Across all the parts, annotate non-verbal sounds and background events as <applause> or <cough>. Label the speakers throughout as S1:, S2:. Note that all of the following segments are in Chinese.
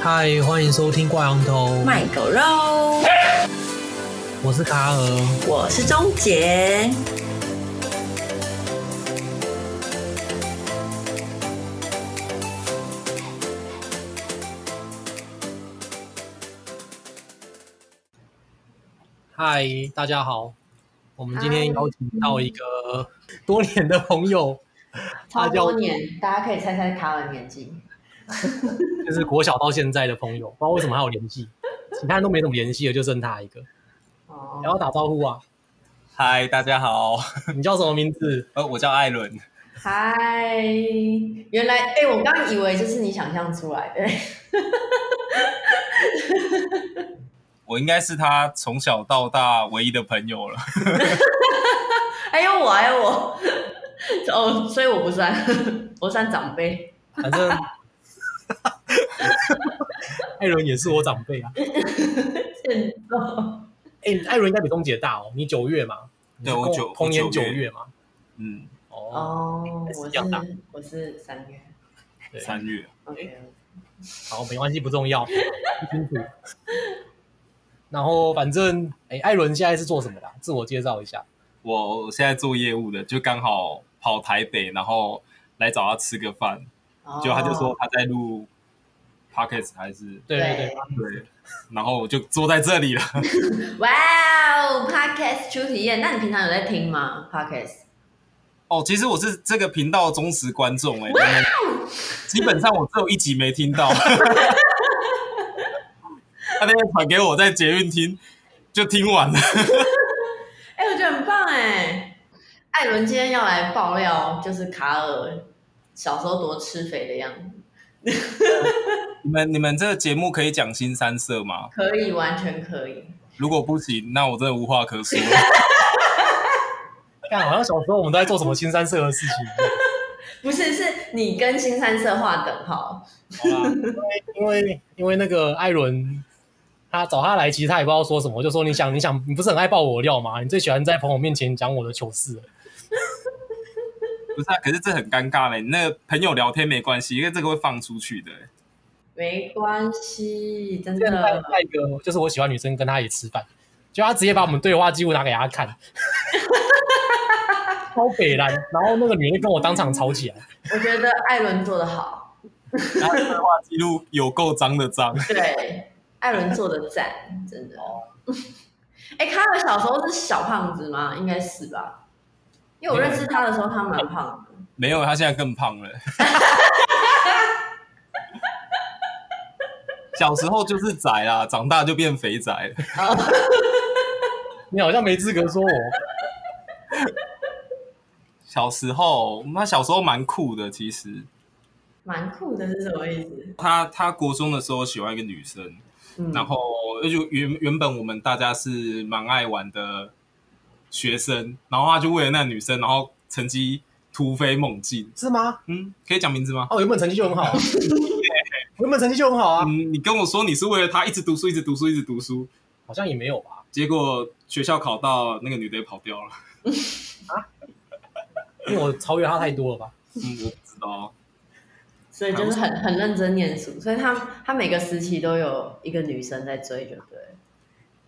S1: 嗨，欢迎收听《挂羊头》，
S2: 卖狗肉，
S1: 我是卡尔。
S2: 我是钟杰。
S1: 嗨，大家好，我们今天邀请到一个多年的朋友，
S3: 超
S1: 他叫
S3: 多年，大家可以猜猜卡尔年纪。
S1: 就是国小到现在的朋友，不知道为什么还有联系，其他人都没怎么联系了，就剩他一个。
S3: 哦
S1: 然，后打招呼啊，
S4: 嗨，大家好， <laughs>
S1: 你叫什么名字？
S4: 呃，我叫艾伦，
S3: 嗨，原来哎、我刚刚以为这是你想象出来的， <laughs>
S4: 我应该是他从小到大唯一的朋友了。 <laughs>
S3: 还有哎我，还有我， <laughs> 哦，所以我不算， <laughs> 我算长辈。
S1: 反正艾伦也是我长辈啊。
S3: 欠揍
S1: 哎、艾伦应该比钟姐大哦，你九月嘛？
S4: 对我九
S1: 同年
S4: 我
S1: 九
S4: 九月
S1: 月嘛。
S4: 嗯，
S1: 哦，
S3: 哦，
S1: 是
S3: 我
S1: 一样大
S3: 是我是三月。
S1: 对
S4: 三月
S3: OK，
S1: 好，没关系，不重要，不清楚。然后反正，哎、艾伦现在是做什么的啊、自我介绍一下。
S4: 我我现在做业务的，就刚好跑台北，然后来找他吃个饭，
S3: 哦
S4: 就他就说他在录 podcast 还是
S1: 对对对
S3: 对，
S4: 对，然后我就坐在这里了。 <laughs>
S3: 哇哦，Podcast 初体验，那你平常有在听吗？Podcast
S4: 哦，其实我是这个频道的忠实观众哎、你们基本上我只有一集没听到。 <laughs> 他那天传给我在捷运听，就听完了。
S3: 哎、我觉得很棒哎。艾伦今天要来爆料，就是卡尔小时候多吃肥的样子，
S4: 你们你们这个节目可以讲新三色吗？
S3: 可以，完全可以。
S4: 如果不行，那我真的无话可说。
S1: 看，好像小时候我们都在做什么新三色的事情。
S3: 不是，是你跟新三色划等号。
S1: 好啦，因为因为因为那个艾伦，他找他来，其实他也不知道说什么，就说你想你想，你不是很爱爆我的料吗？你最喜欢在朋友面前讲我的糗事了。
S4: 不是啊，可是这很尴尬嘞。你那个朋友聊天没关系，因为这个会放出去的。
S3: 没关系，真
S1: 现在那
S3: 的。
S1: 个就是我喜欢女生跟她也吃饭，就她直接把我们对话记录拿给她看，超北蓝，然后那个女的跟我当场吵起来。
S3: 我觉得艾伦做的好，
S4: 然后对话记录有够脏的脏，
S3: 对，艾伦做的赞，真的。 <laughs> 哎、卡尔小时候是小胖子吗？应该是吧，因为我认识他的时候，他蛮胖的。
S4: 没有他现在更胖了。小时候就是宅啦，长大就变肥宅了。
S1: 你好像没资格说我，
S4: 小时候，他小时候蛮酷的。其实
S3: 蛮酷的是什么意思？
S4: 他他国中的时候喜欢一个女生，
S3: 嗯，
S4: 然后就原原本我们大家是蛮爱玩的学生，然后他就为了那女生，然后成绩突飞猛进。
S1: 是吗？
S4: 嗯，可以讲名字吗？
S1: 哦，原本成绩就很
S4: <laughs>
S1: 好、啊，原本成绩就很好啊，
S4: 嗯，你跟我说你是为了他一直读书，一直读书，一直读书，
S1: 好像也没有吧？
S4: 结果学校考到那个女的也跑掉了。
S1: 因为我超越她太多了吧？
S4: 嗯，我不知道。
S3: 所以就是很很认真念书，所以他他每个时期都有一个女生在追，就对了。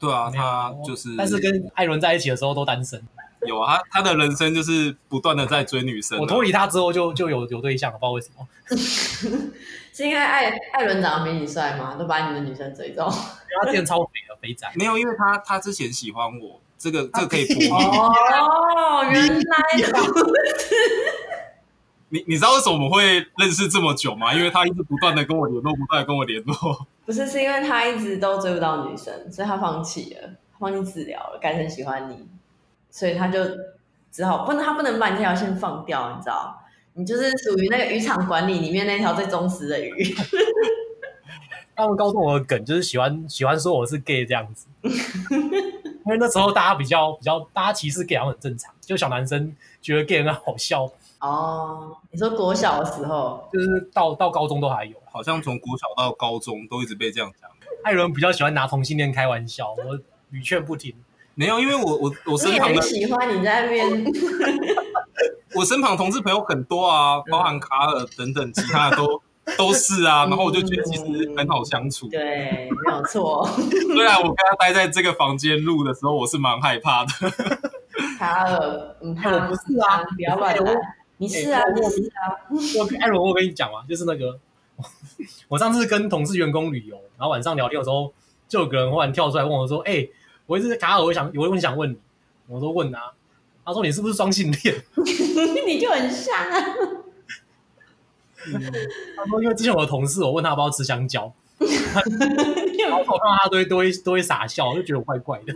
S4: 对啊，他
S1: 没有哦
S4: 就是，
S1: 但是跟艾伦在一起的时候都单身，
S4: 有啊，他他的人生就是不断的在追女生啊、
S1: 我脱离她之后就就有有对象了，不知道为什么。
S3: 是因为艾艾伦长得比你帅吗？都把你们女生追走。
S1: 因为她之前超肥的肥仔，
S4: 没有，因为他他之前喜欢我，这个这个可
S1: 啊
S4: 以播吗。
S3: 哦，原来
S4: 你你知道为什么我们会认识这么久吗？因为他一直不断的跟我联络，不断的跟我联络。
S3: 不是，是因为他一直都追不到女生，所以他放弃了，放弃治疗了，改成喜欢你，所以他就只好不能，他不能把你这条线放掉，你知道？你就是属于那个渔场管理里面那条最忠实的鱼。
S1: 他们告诉我的梗就是喜欢喜欢说我是 gay 这
S4: <laughs>
S1: 样子，因为那时候大家比较比较大家歧视 gay 好像很正常，就小男生觉得 gay 很好笑，
S3: 哦，你说国小的时候，
S1: 就是到到高中都还有。
S4: <laughs> 好像从国小到高中都一直被这样讲。
S1: 艾伦比较喜欢拿同性恋开玩笑，我屡劝不听。
S4: 没有，因为我我我
S3: 你
S4: 身
S3: 也
S4: 旁
S3: 很
S4: 的
S3: 喜欢你在那边。
S4: 我身旁同志朋友很多啊，包含卡尔等等，其他的都都是啊。
S3: 嗯
S4: 然后我就觉得其实很好相处。
S3: 对，没有错。
S4: 虽然我跟他待在这个房间录的时候，我是蛮害怕的。
S3: 卡尔，嗯，
S1: 哎我不是啊
S3: 不要乱来。你是啊
S1: 哎，
S3: 你
S1: 我
S3: 是啊，
S1: 我艾伦，我跟你讲嘛，就是那个我上次跟同事员工旅游，然后晚上聊天的时候，就有个人忽然跳出来问我说：“哎、我一直卡尔，我想有问题想问你。”我说：“问啊。”他说：“你是不是双性恋
S3: <laughs> 你就很像啊。？”
S1: 他说：“因为之前我的同事，我问他要不要吃香蕉，然后我看到他都会都会都会傻笑，我就觉得我怪怪的。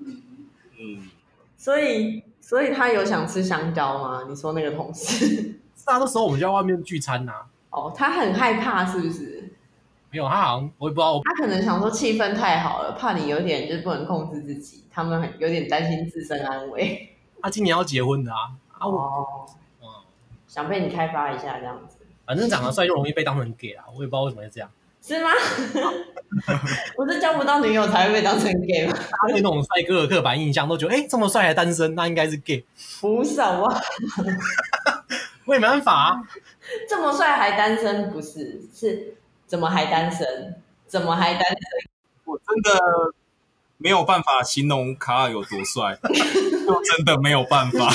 S4: 嗯，
S3: 所以，所以他有想吃香蕉吗？你说那个同事，
S1: 啊那那时候我们就在外面聚餐呐、
S3: 哦，他很害怕是不是？
S1: 没有他好像我也不知道，
S3: 他可能想说气氛太好了，怕你有点就是不能控制自己，他们很有点担心自身安危。
S1: 他今年要结婚的啊啊我
S3: 哦，
S1: 嗯
S3: 想被你开发一下这样子，
S1: 反正长得帅就容易被当成 gay 啊，我也不知道为什么会这样。
S3: 是吗？不是交不到女友才会被当成 gay 吗？
S1: 他对那种帅哥的刻板印象都觉得，哎、这么帅还单身，那应该是 gay。
S3: 不是啊，
S1: 我也没办法啊，
S3: 这么帅还单身不是？是怎么还单身？怎么还单身？
S4: <laughs> 我真的没有办法形容卡尔有多帅，就真的没有办法。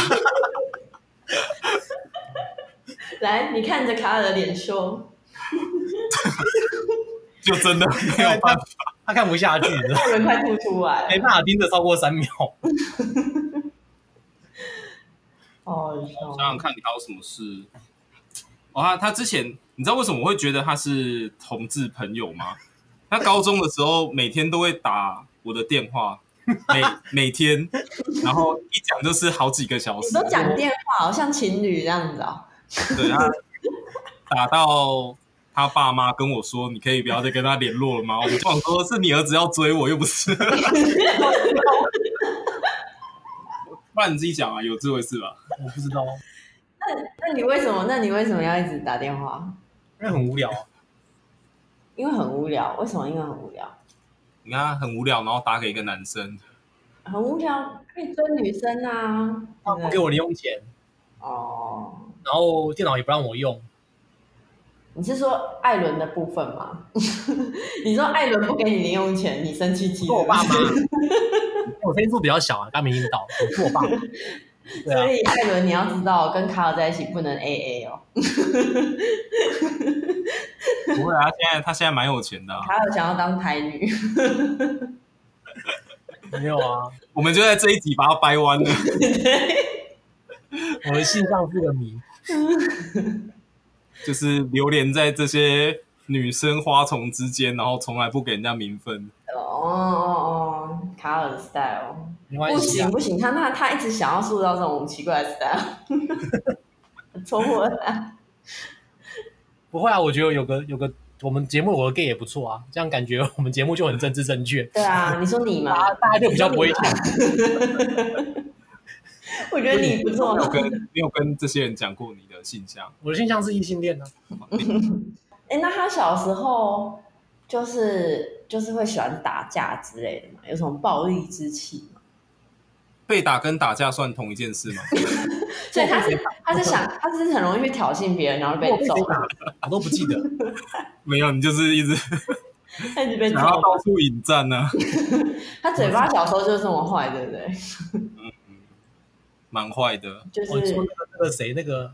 S3: 来，你看着卡尔的脸说，
S4: 就真的没有办法。
S1: 他看不下去了，
S3: 艾伦快吐出来了
S1: 没办法盯着超过三秒。
S3: 哦，
S4: 想想看，你还有什么事？哦，他他之前，你知道为什么我会觉得他是同志朋友吗？他高中的时候每天都会打我的电话，每每天，然后一讲就是好几个小时
S3: 你，都讲电话，好像情侣这样子哦。
S4: 对他打到他爸妈跟我说，你可以不要再跟他联络了吗？我就想说，是你儿子要追我，又不是。 <laughs> 不然你自己讲啊，有这回事吧？
S1: 我不知道，
S3: 那你为什么？那你为什么要一直打电话？
S1: 因为很无聊啊。
S3: 因为很无聊。为什么？因为很无聊，
S4: 你看他很无聊，然后打给一个男生，
S3: 很无聊，可以追女生啊。
S1: 他不给
S3: 我
S1: 我零用钱，
S3: 哦，
S1: 然后电脑也不让我用，
S3: 你是说艾伦的部分吗？ <laughs> 你说艾伦不给你零用钱，你生气气？
S1: 是我爸妈。 <laughs> 我天数比较小啊，刚没听到，我是我爸妈。对
S3: 所
S1: 啊，
S3: 以艾伦，你要知道，跟卡尔在一起不能 A A 哦。
S4: 不会啊，他现在他现在蛮有钱的、啊。
S3: 卡尔想要当台女， <laughs>
S1: 没有啊，
S4: 我们就在这一集把他掰弯了。 <laughs>
S1: 我的性向是个谜。
S4: 就是流连在这些女生花丛之间，然后从来不给人家名分。
S3: 哦哦哦，卡尔的 style。
S1: 没关
S3: 不
S1: 系啊
S3: 行，不行，他那他一直想要塑造这种奇怪的 style，戳破他。
S1: 不会啊，我觉得有个有个我们节目有个 gay 也不错啊，这样感觉我们节目就很政治正确，
S3: 对啊，你说你嘛，
S1: 大家就比较不会讲。
S3: <laughs> 我觉得你不错 <laughs>
S4: 没。有跟没有跟这些人讲过你的性向，
S1: 我的性向是异性恋啊，
S3: 哎、那他小时候就是就是会喜欢打架之类的嘛，有什么暴力之气嘛？
S4: 被打跟打架算同一件事吗？ <laughs>
S3: 所以他是他是想他是很容易去挑衅别人，然后被揍，
S1: 我都不 <laughs> 记得。
S4: 没有，你就是一直
S3: 他一直被揍
S4: 想。要到处引战呢、啊，
S3: 他嘴巴小时候就是这么坏，对不对？
S4: 蛮坏的。
S3: 就
S1: 我
S3: 是
S1: 哦说那个那个谁，那个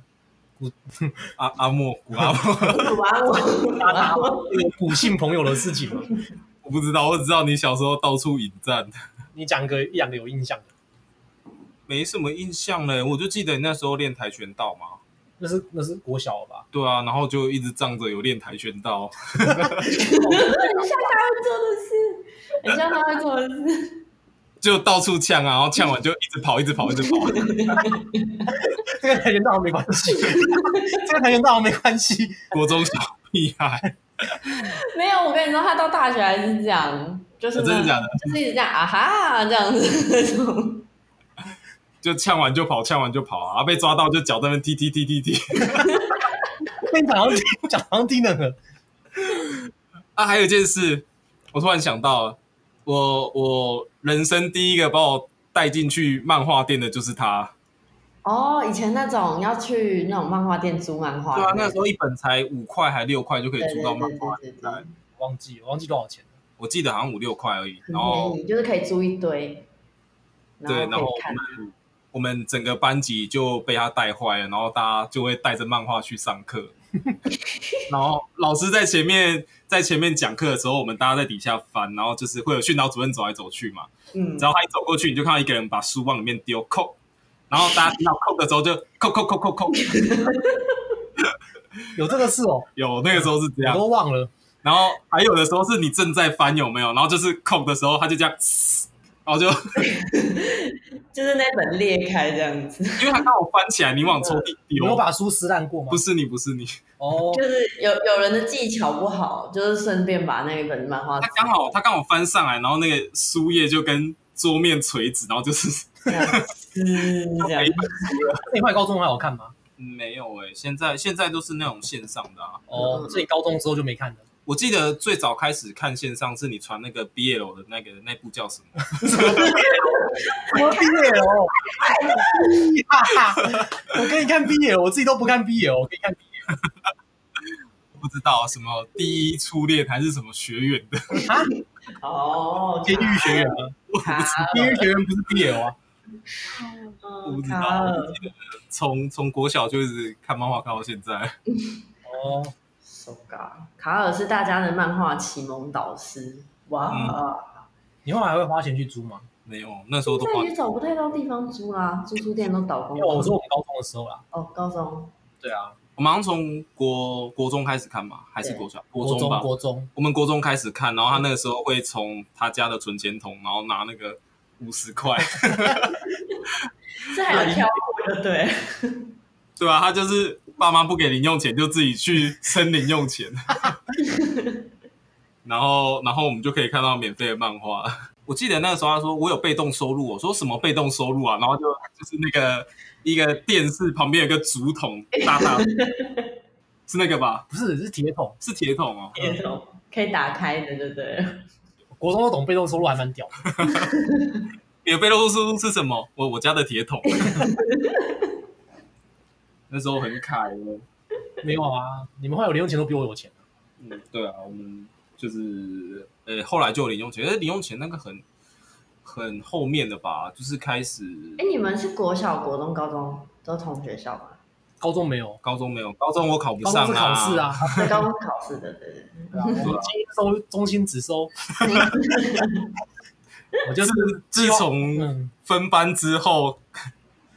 S4: 阿阿莫古阿莫， <laughs>
S3: 玩我， <laughs>
S1: 那个古姓朋友的事 <laughs> 情嘛，
S4: 我不知道，我只知道你小时候到处引战，
S1: 你讲个一两个有印象的，
S4: 没什么印象嘞。我就记得你那时候练跆拳道嘛。
S1: 那是那是国小了吧？
S4: 对啊，然后就一直仗着有练跆拳道，
S3: 很像他会做的事，很像他会做的事。
S4: 就到处呛啊，然后呛完就一直跑，一直跑，一直
S3: <laughs>
S4: 跑。
S1: 这个跆拳道没关 <laughs> 系，这个跆拳道没关系。
S4: 国中小屁孩，啊
S3: <laughs> 没有，我跟你说，他到大学还是这样，就是、
S4: 啊真的假的？
S3: 就是一直这样啊哈这样子 <laughs> 那种。
S4: 就呛完就跑，呛完就跑啊！被抓到就脚在那边踢踢踢踢踢
S1: 跟你讲好像讲好像听的很，
S4: 啊！还有一件事，我突然想到了，我我人生第一个把我带进去漫画店的就是他，
S3: 哦，以前那种要去那种漫画店租漫画，
S4: 对啊，那时候一本才五块还六块就可以
S3: 对
S4: 租到漫画，
S3: 对对对
S4: 年
S3: 对
S4: 代
S3: 对，
S1: 忘记了忘记多少钱了。
S4: 我记得好像五六块而已。
S3: 很
S4: 然后
S3: 便宜，就是可以租一堆，
S4: 对，然
S3: 可
S4: 后
S3: 以看。
S4: 我们我们整个班级就被他带坏了，然后大家就会带着漫画去上课， <laughs> 然后老师在前面在前面讲课的时候，我们大家在底下翻，然后就是会有训导主任走来走去嘛，
S3: 嗯
S4: 只，要他一走过去，你就看到一个人把书往里面丢，扣。然后大家听到扣的时候就扣扣扣扣扣，
S1: 有这个事哦，
S4: 有那个时候是这样
S1: 我，都忘了。
S4: 然后还有的时候是你正在翻有没有，然后就是空的时候，他就这样，然后就
S3: 就是那本裂开这样子，
S4: 因为他刚好翻起来，你往抽屉
S1: 你有
S4: 丢，
S1: 把书撕烂过吗
S4: 不？是你，不是你，
S1: 哦，
S3: 就是有有人的技巧不好，就是顺便把那一本漫画
S4: 他刚好他刚好翻上来，然后那个书页就跟桌面垂直，然后就是
S3: 这样撕这样
S4: 没。
S1: 那你后来高中还有看吗？
S4: <laughs> 没有哎、现在现在都是那种线上的啊。
S1: 哦，所以高中之后就没看了。
S4: 我记得最早开始看线上是你传那个 BL 的那个那部叫什么？
S1: <laughs> 我 BL，哦哈哈 <laughs> 我跟你看 BL，我自己都不看 BL，我可以看 BL
S4: 不知道什么第一初恋还是什么学院的？ <laughs>
S1: 啊？
S4: 哎
S3: 哦，
S1: 监狱学员吗？
S3: 卡
S1: 监狱学员不是 BL 啊？
S4: 我不知
S3: 卡
S4: 道，我
S3: 尔
S4: 记得从从国小就一直看漫画看到现在。
S1: 哦，
S3: 手嘎，卡尔是大家的漫画启蒙导师。
S4: 嗯
S3: 哇，
S1: 你后来还会花钱去租吗？
S4: 没有，那时候都
S3: 现在
S4: 花
S3: 也找不太到地方租啦，租书店都倒
S1: 因
S3: 光
S1: 为哦我说
S3: 了。
S1: 我们高中的时候啦。
S3: 哦，高中
S1: 对啊，
S4: 我们好像从国国中开始看吧，还是
S3: 对
S4: 国小？
S1: 国
S4: 中吧。
S1: 国中，
S4: 我们国中开始看，然后他那个时候会从他家的存钱筒，然后拿那个五十块，
S3: 这还有跳过就
S4: <laughs>
S3: 对，
S4: 对啊，他就是爸妈不给零用钱，就自己去生零用钱。 <laughs> 然后，然后我们就可以看到免费的漫画。我记得那个时候他说我有被动收入，哦我说什么被动收入啊？然后就就是那个一个电视旁边有个竹筒，大大的是那个吧？
S1: 不是是铁桶。
S4: 是铁桶哦。
S3: 那种可以打开的就对了。 <laughs>
S1: 国中都懂被动收入还蛮屌的，
S4: 免费露宿是什么？我我家的铁桶。 <laughs> 那时候很凯哦。
S1: 没有啊？你们后来有零用钱都比我有钱啊、
S4: 嗯，对啊，我们就是呃，后来就有零用钱，但是零用钱那个很很后面的吧，就是开始
S3: 哎，你们是国小、国中、高中都同学校吗？
S1: 高中没有，
S4: 高中没有，高中我考不
S1: 高
S4: 上
S1: 中是考试
S4: 啊。
S1: 啊，
S3: 在高中考试的，对对对。
S1: 对啊，我们今收中心只收， <laughs> 我就
S4: 就是是自从
S1: 嗯，
S4: 分班之后，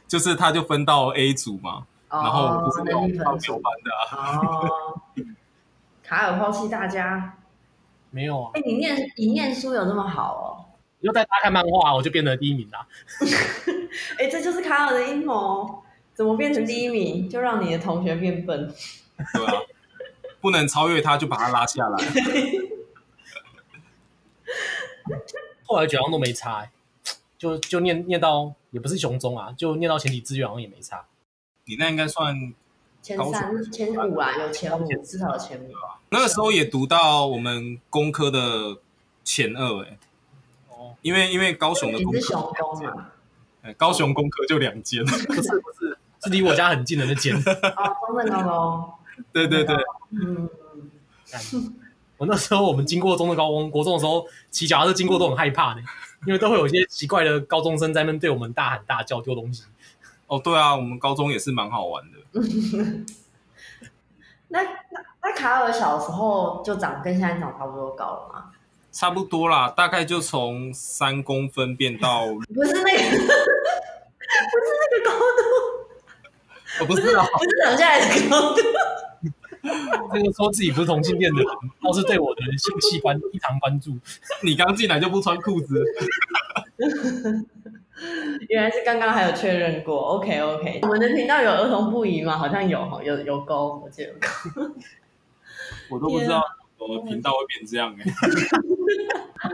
S4: 就是他就分到 A 组嘛，
S3: 哦，
S4: 然后我们就是
S3: 能力
S4: 那种
S3: 分
S4: 九
S3: 组。
S4: 班的、啊，
S3: 哦，卡尔抛弃大家。
S1: 没有啊
S3: 哎、，你念你念书有这么好
S1: 我就带大家看漫画，啊我就变得第一名啦。
S3: 哦？哎、这就是卡尔的阴谋，怎么变成第一名？就让你的同学变笨。
S4: 对啊，不能超越他就把他拉下来。
S1: 后来觉得好像都没差、欸，就就念念到也不是雄中啊，就念到前几志愿好像也没差。
S4: 你那应该算
S3: 前
S4: 高
S3: 三、
S4: 中
S3: 前五啊，有前五，至少有前五。
S4: 那个时候也读到我们工科的前二哎、
S1: 哦，
S4: 因为因为高雄的
S3: 你
S4: 工
S3: 是
S4: 科
S3: 熊工嘛？
S4: 哎高雄工科就两间，
S1: 不是不是，是离我家很近的那间。
S3: 哦，中正高中。
S4: <laughs> 对对对，
S3: 嗯，
S1: 干我那时候我们经过中正高中、国中的时候，骑脚踏车经过都很害怕的、因为都会有一些奇怪的高中生在那边对我们大喊大叫、丢东西。
S4: 哦对啊，我们高中也是蛮好玩的，
S3: 那那那卡尔小时候就长跟现在长差不多高了吗？
S4: 差不多啦，大概就从三公分变到，哦
S3: 不是那个，不是那个高度，
S4: 不是啊， <laughs>
S3: 不是长下来的高度。 <laughs>
S1: 这个说自己不是同性恋的人，倒是对我的性器官异常关注。
S4: 你刚进来就不穿裤子，
S3: 原来是刚刚还有确认过，OK OK。我们的频道有儿童不宜吗？好像有哦，有有勾，我记得有勾。
S4: 我都不知道我的频道会变这样哎、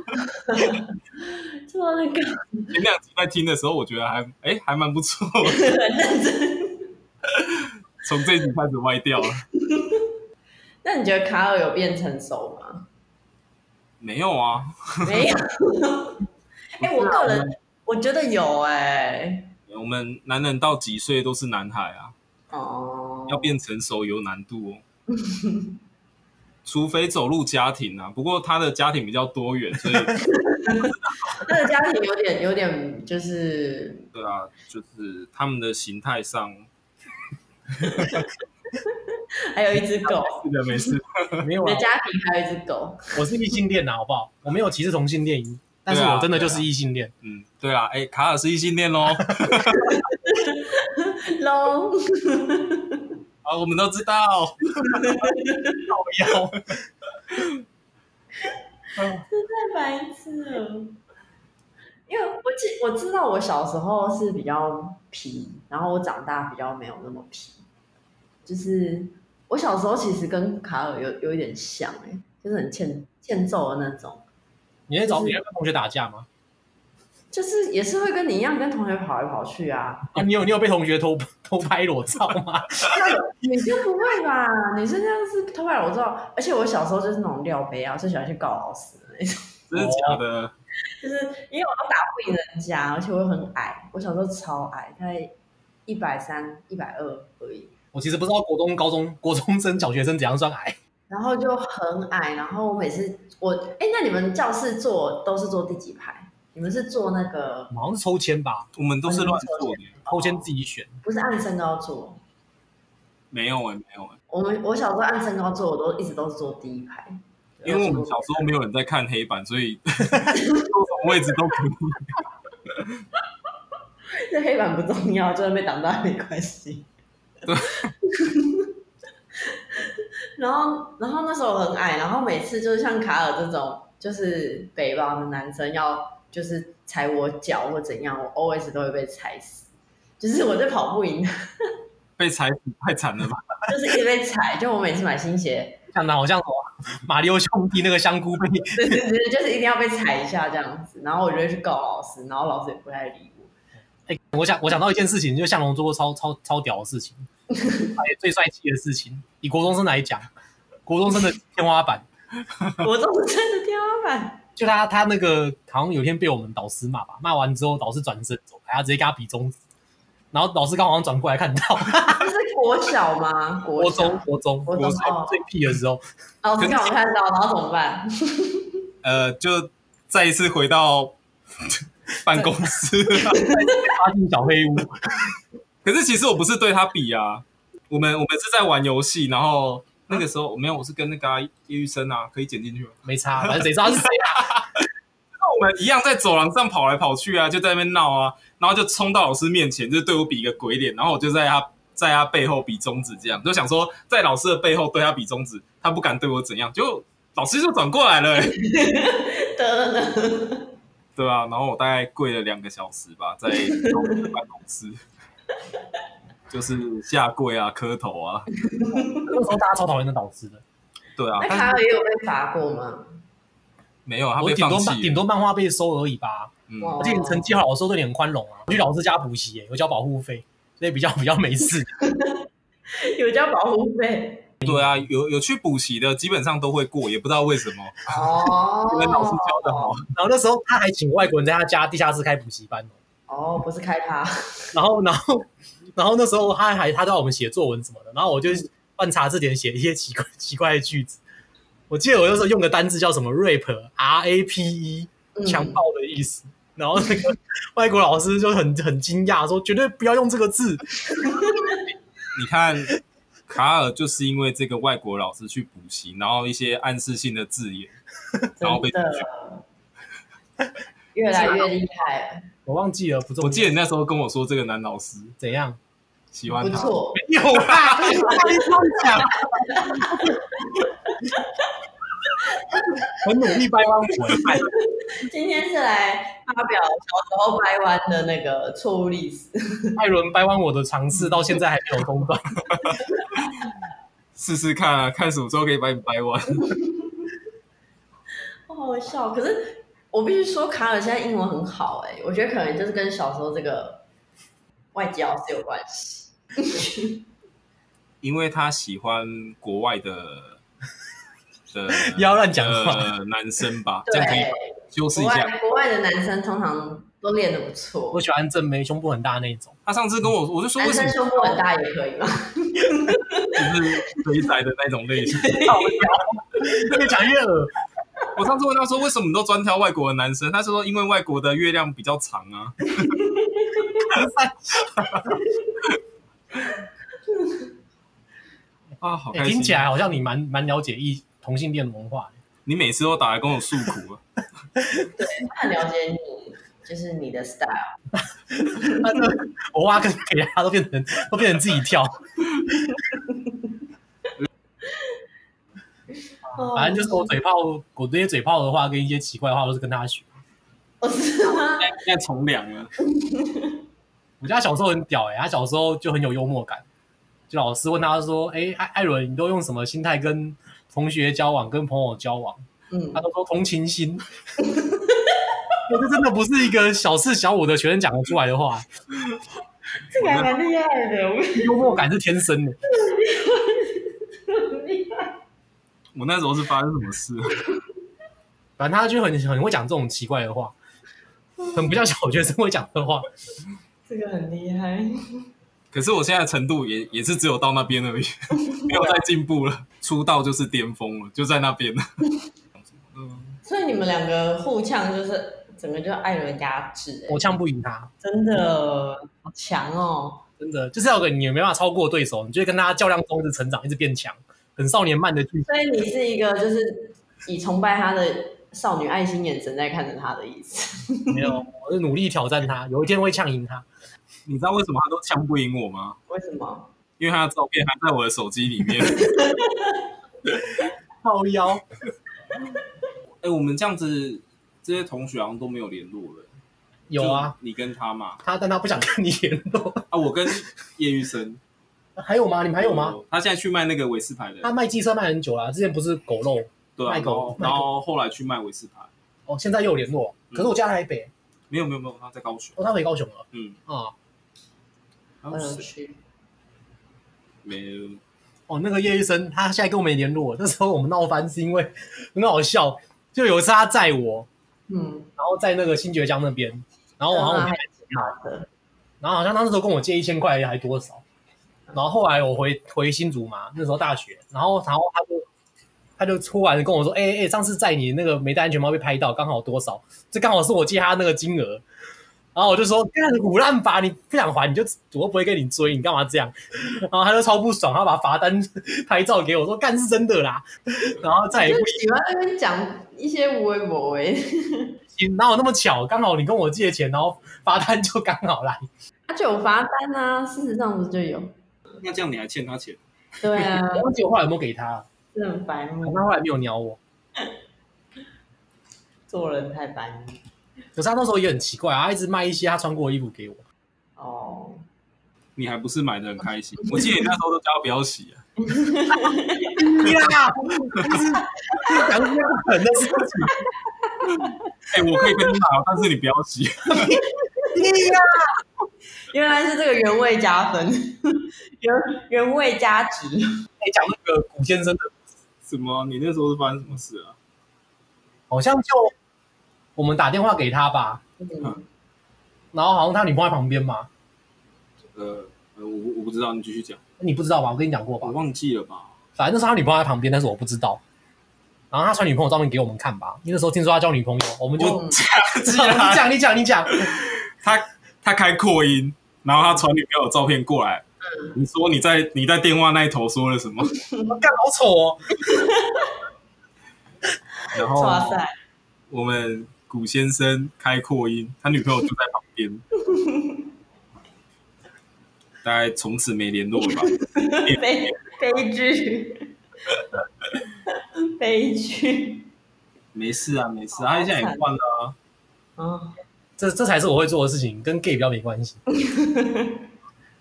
S3: 做到那个
S4: 前两集在听的时候，我觉得还哎、还蛮不错，
S3: 很认真。
S4: 从这一集开始歪掉了。
S3: 那你觉得卡尔有变成熟吗？
S4: 没有啊， <laughs>
S3: 没有。哎、我个人我觉得有哎、
S4: 有我们男人到几岁都是男孩啊，
S3: 哦，
S4: 要变成熟有难度哦。除非走入家庭啊，不过他的家庭比较多元，所以
S3: 那个家庭有点有点就是
S4: 对啊，就是他们的形态上，
S3: 还有一只狗，
S4: 是的，没事。
S1: 没有
S3: 你
S1: 啊
S3: 的，家庭还有一只 <laughs> 狗，
S1: 我是异性恋啊呐，好不好？我没有歧视同性恋，但是
S4: 对啊
S1: 我真的就是异性恋。
S4: 嗯，对啊，哎，卡尔是异性恋喽， <laughs>
S3: <laughs> 龙，
S4: 啊，我们都知道。
S1: 要
S3: 太白痴了。因为我记我知道我小时候是比较皮，然后我长大比较没有那么皮。就是我小时候其实跟卡尔有有一点像哎、就是很欠欠揍的那种，
S1: 你在找
S3: 就是
S1: 你在跟同学打架吗？
S3: 就是也是会跟你一样跟同学跑来跑去啊。
S1: 啊你有你有被同学偷偷拍裸照吗？ <laughs>
S3: 女生不会吧？女生这样是偷拍裸照，而且我小时候就是那种料杯啊，最喜欢去告老师的那种，
S4: 真的假的？
S3: 就是因为我都打不赢人家，而且我又很矮，我小时候超矮，大概一百三、一百二而已，
S1: 我其实不知道国中、高中、国中生、小学生怎样算矮。
S3: 然后就很矮，然后我每次我哎，那你们教室坐都是坐第几排？你们是坐那个
S1: 好像是抽签吧，
S4: 我们都是乱做的，
S1: 抽签自己选。
S3: 不是按身高坐？
S4: 没有哎，没有哎，
S3: 我们我小时候按身高坐，我都一直都是坐第一排，
S4: 因为我们小时候没有人在看黑板，所以 <laughs> 坐什么位置都可以。
S3: 这黑板不重要，就算被挡到也没关系。 <laughs> 然后，然后那时候我很矮，然后每次就是像卡尔这种，就是北方的男生要就是踩我脚或怎样，我 always 都会被踩死。就是我在跑步赢他，
S4: 被踩死太惨了吧？
S3: 就是一直被踩。就我每次买新鞋，
S1: 讲的好像什么马里奥兄弟那个香菇被
S3: 对对对，就是一定要被踩一下这样子。然后我就会去告老师，然后老师也不太理我。
S1: 哎、我想我想到一件事情，就向龙做过超超超屌的事情，哎，最帅气的事情。以国中生来讲，国中生的天花板，
S3: 我都是真的天花板，
S1: 就他他那个好像有一天被我们导师骂吧，骂完之后导师转身走开，他直接给他比中指，然后老师刚好像转过来看到
S3: 这是国小吗？
S1: 国
S3: 国小
S1: 中国中
S3: 国
S1: 国
S3: 中
S1: 中
S3: 哦
S1: 最屁的时候，
S3: 老师刚好哦看到，然后怎么办？
S4: 呃，就再一次回到 <laughs> 办公 <laughs> 室。
S1: 发进小黑屋，
S4: 可是其实我不是对他比啊，我们我们是在玩游戏，然后那个时候没有，我是跟那个啊叶玉生啊，可以剪进去吗？
S1: 没差，反正谁知道是谁啊？
S4: 那我们一样在走廊上跑来跑去啊，就在那边闹啊，然后就冲到老师面前，就对我比一个鬼脸，然后我就在他在他背后比中指，这样就想说在老师的背后对他比中指，他不敢对我怎样，就老师就转过来了、 <laughs> 欸
S3: <laughs> 得了。
S4: 对啊，然后我大概跪了两个小时吧，在老师的办公室， <laughs> 就是下跪啊、磕头啊，
S1: 那时候大家超讨厌的导师的，
S4: 对啊
S3: 那，
S4: 但是
S3: 卡尔也有被罚过吗？
S4: 没有他
S1: 我
S4: 被
S1: 顶
S4: 放
S1: 多
S4: 弃
S1: 漫
S4: 了，
S1: 顶多漫画被收而已吧。
S4: 嗯，
S3: 哇
S1: 而且你成绩好，老师都对你很宽容啊。我去老师家补习、欸，有交保护费，所以比较 <laughs> 比较没事。
S3: 有交保护费
S4: 对啊，有有去补习的基本上都会过，也不知道为什么，
S3: 哦，
S4: 因为老师教的好。
S1: 然后那时候他还请外国人在他家地下室开补习班哦，
S3: <laughs> 哦，不是开趴，
S1: 然后 <laughs> 然后然后那时候他还他叫我们写作文什么的，然后我就乱查字典写一些奇怪 <laughs> 奇怪的句子。我记得我那时候用个单字叫什么 rape r a p e
S3: 嗯
S1: 强暴的意思，然后那个外国老师就很很惊讶说绝对不要用这个字，
S4: 你看，卡尔就是因为这个外国老师去补习，然后一些暗示性的字眼，然后被
S3: 真的 <laughs> 越来越厉害了，
S1: 我忘记了不重要。
S4: 我记得你那时候跟我说，这个男老师
S1: 怎样？
S4: 喜
S3: 不
S4: 欢他，
S3: 错。
S1: 有啊啦，你乱讲。很努力掰弯文案，
S3: 今天是来发表小时候掰弯的那个错误历史，
S1: <laughs> 艾伦掰弯我的尝试，到现在还没有中断。
S4: 试试看啊，看什么时候可以把你掰弯。
S3: <laughs> 好好笑。可是我必须说，卡尔现在英文很好哎、我觉得可能就是跟小时候这个外交是有关系。
S4: 因为他喜欢国外的的
S1: 不要乱讲话
S4: 呃男生吧，这
S3: 对
S4: 样可以吧。修饰
S3: 国
S4: 一下。
S3: 外国外的男生通常都练得不
S1: <laughs> 我
S3: 错，
S1: 喜欢正妹，胸部很大那一 <laughs> 种。
S4: 他上次跟我，我就说
S3: 男
S4: 为什
S3: 生胸
S4: 么
S3: 部很大也可以嘛。
S4: 就是肥宅的那种类型。
S1: 越讲越恶。
S4: 我上次问他说为什么你都专挑外国的男生，他说因为外国的月亮比较长啊。啊，好
S1: 欸
S4: 开心！
S1: 听起来好像你蛮蛮了解异同性恋文化的。
S4: 你每次都打来跟我诉苦啊。
S3: <laughs> 他很了解你，就是你的 style。
S1: 他这我挖坑给他都变成都变成自己跳，
S3: 哦
S1: 反正就是我嘴炮，我这些嘴炮的话跟一些奇怪的话都是跟他学。
S3: 我哦是吗？
S4: 现在从良了，
S1: 我家小时候很屌哎、他小时候就很有幽默感。就老师问他说：“哎、艾艾伦，你都用什么心态跟同学交往、跟朋友交往？”
S3: 嗯
S1: 他，都说同情心。 <laughs> 我这真的不是一个小四小五的学生讲得出来的话，
S3: 这个还蛮厉害的，我
S1: 幽默感是天生的。
S3: 很厉害。
S4: 我那时候是发生什么事啊？
S1: 反正他就很很会讲这种奇怪的话，很不像小学生会讲的话。
S3: <laughs> 这个很厉害，
S4: 可是我现在的程度也也是只有到那边而已，没有再进步了。出道就是巅峰了，就在那边了。嗯，
S3: 所以你们两个互呛就是整个就艾伦压制、
S1: 我
S3: 欸，
S1: 呛不赢他，
S3: 真的好强哦！
S1: 真的就是要有个你没办法超过对手，你就会跟他较量中一直成长，一直变强，很少年漫的剧情。
S3: 所以你是一个就是以崇拜他的少女爱心眼神在看着他的意思，
S1: 没有，我是努力挑战他，有一天会呛赢他。
S4: 你知道为什么他都呛不赢我吗？
S3: 为什么？
S4: 因为他的照片还在我的手机里面。
S1: 靠腰，
S4: 哎、我们这样子，这些同学好像都没有联络了。
S1: 有啊，，
S4: 你跟他嘛？
S1: 他但他不想跟你联络。
S4: 啊，我跟叶玉生
S1: <laughs> 还有吗？你们还有吗？？啊
S4: 他现在去卖那个维斯牌
S1: 嗯他
S4: 的，
S1: 卖鸡舍卖很久了，之前不是狗肉
S4: 对啊，
S1: 卖
S4: 然
S1: 狗
S4: 后然后后来去卖维斯牌，
S1: 哦，现在又有联络。可是我家在台北，
S4: 没有没有没有，他在高雄。
S1: 哦，他回高雄了
S4: 嗯，
S1: 啊。
S4: 还
S3: 我
S4: 有
S3: 有
S4: 谁
S3: 去，
S4: 没有？
S1: 哦，那个叶医生他现在跟我没联络，那时候我们闹翻是因为 <laughs> 很好笑，就有一次他载我，
S3: 嗯，啊
S1: 然后在那个新觉江那边，然后我好像我
S3: 还
S1: 没
S3: 好的，
S1: 然后好像他那时候跟我借一千块还多少，然后后来我回回新竹嘛，那时候大学，然后然后他就他就突然跟我说，哎、哎、上次在你那个没戴安全帽被拍到，刚好多少，这刚好是我借他那个金额，然后我就说，干胡烂吧，你不想还你就我又不会跟你追，你干嘛这样？然后他就超不爽，他把罚单拍照给我说，干是真的啦，然后再也
S3: 就
S1: 不
S3: 喜欢那边讲一些无为不为，
S1: 哪有那么巧，刚好你跟我借钱，然后罚单就刚好来，
S3: 他就有罚单啊，事实上不是
S1: <laughs>
S3: 就有？
S4: 那这样你还欠他钱？
S3: 对啊，
S1: 我忘记我后来有没有给他，
S3: 真的很白目，
S1: 他后来没有鸟我。
S3: 做人太白目
S1: 可是他那时候也很奇怪啊，他一直卖一些他穿过的衣服给我。
S3: 哦。
S4: 你还不是买的很开心？我记得你那时候都叫他不要洗啊。 <laughs>
S1: 呀，就是讲一些不可能的事情。
S4: 哎、我可以跟你买， <laughs> 但是你不要洗。
S1: 呀，
S3: 原来是这个原味加分，原原味加值。
S1: 哎，讲那个古先生的，
S4: 什么？你那时候是发生什么事啊？
S1: 好像就我们打电话给他吧，
S3: 嗯，
S1: 然后好像他女朋友在旁边嘛，
S4: 呃，呃我我不知道，你继续讲。
S1: 哎你不知道吧？我跟你讲过吧
S4: 我，忘记了吧？
S1: 反正那时候他女朋友在旁边，但是我不知道。然后他传女朋友照片给我们看吧，因为那时候听说他交女朋友，我们就
S3: 嗯
S4: 记
S1: <laughs> 你
S4: <laughs>
S1: 讲你讲你讲，
S4: 他他开扩音，然后他传女朋友的照片过来。你说你在你在电话那一头说了什 <laughs> 么？
S1: 干好丑哦，
S4: 然
S3: 哇
S4: 后
S3: 塞，
S4: 我们古先生开扩音，他女朋友就在旁 <laughs> 边，大概从此没联络了吧。
S3: 悲悲剧，悲剧。
S4: <laughs> 没事啊，没事啊，他现在也换了啊。
S3: 哦，
S1: 这这才是我会做的事情，跟 gay 比较没关系。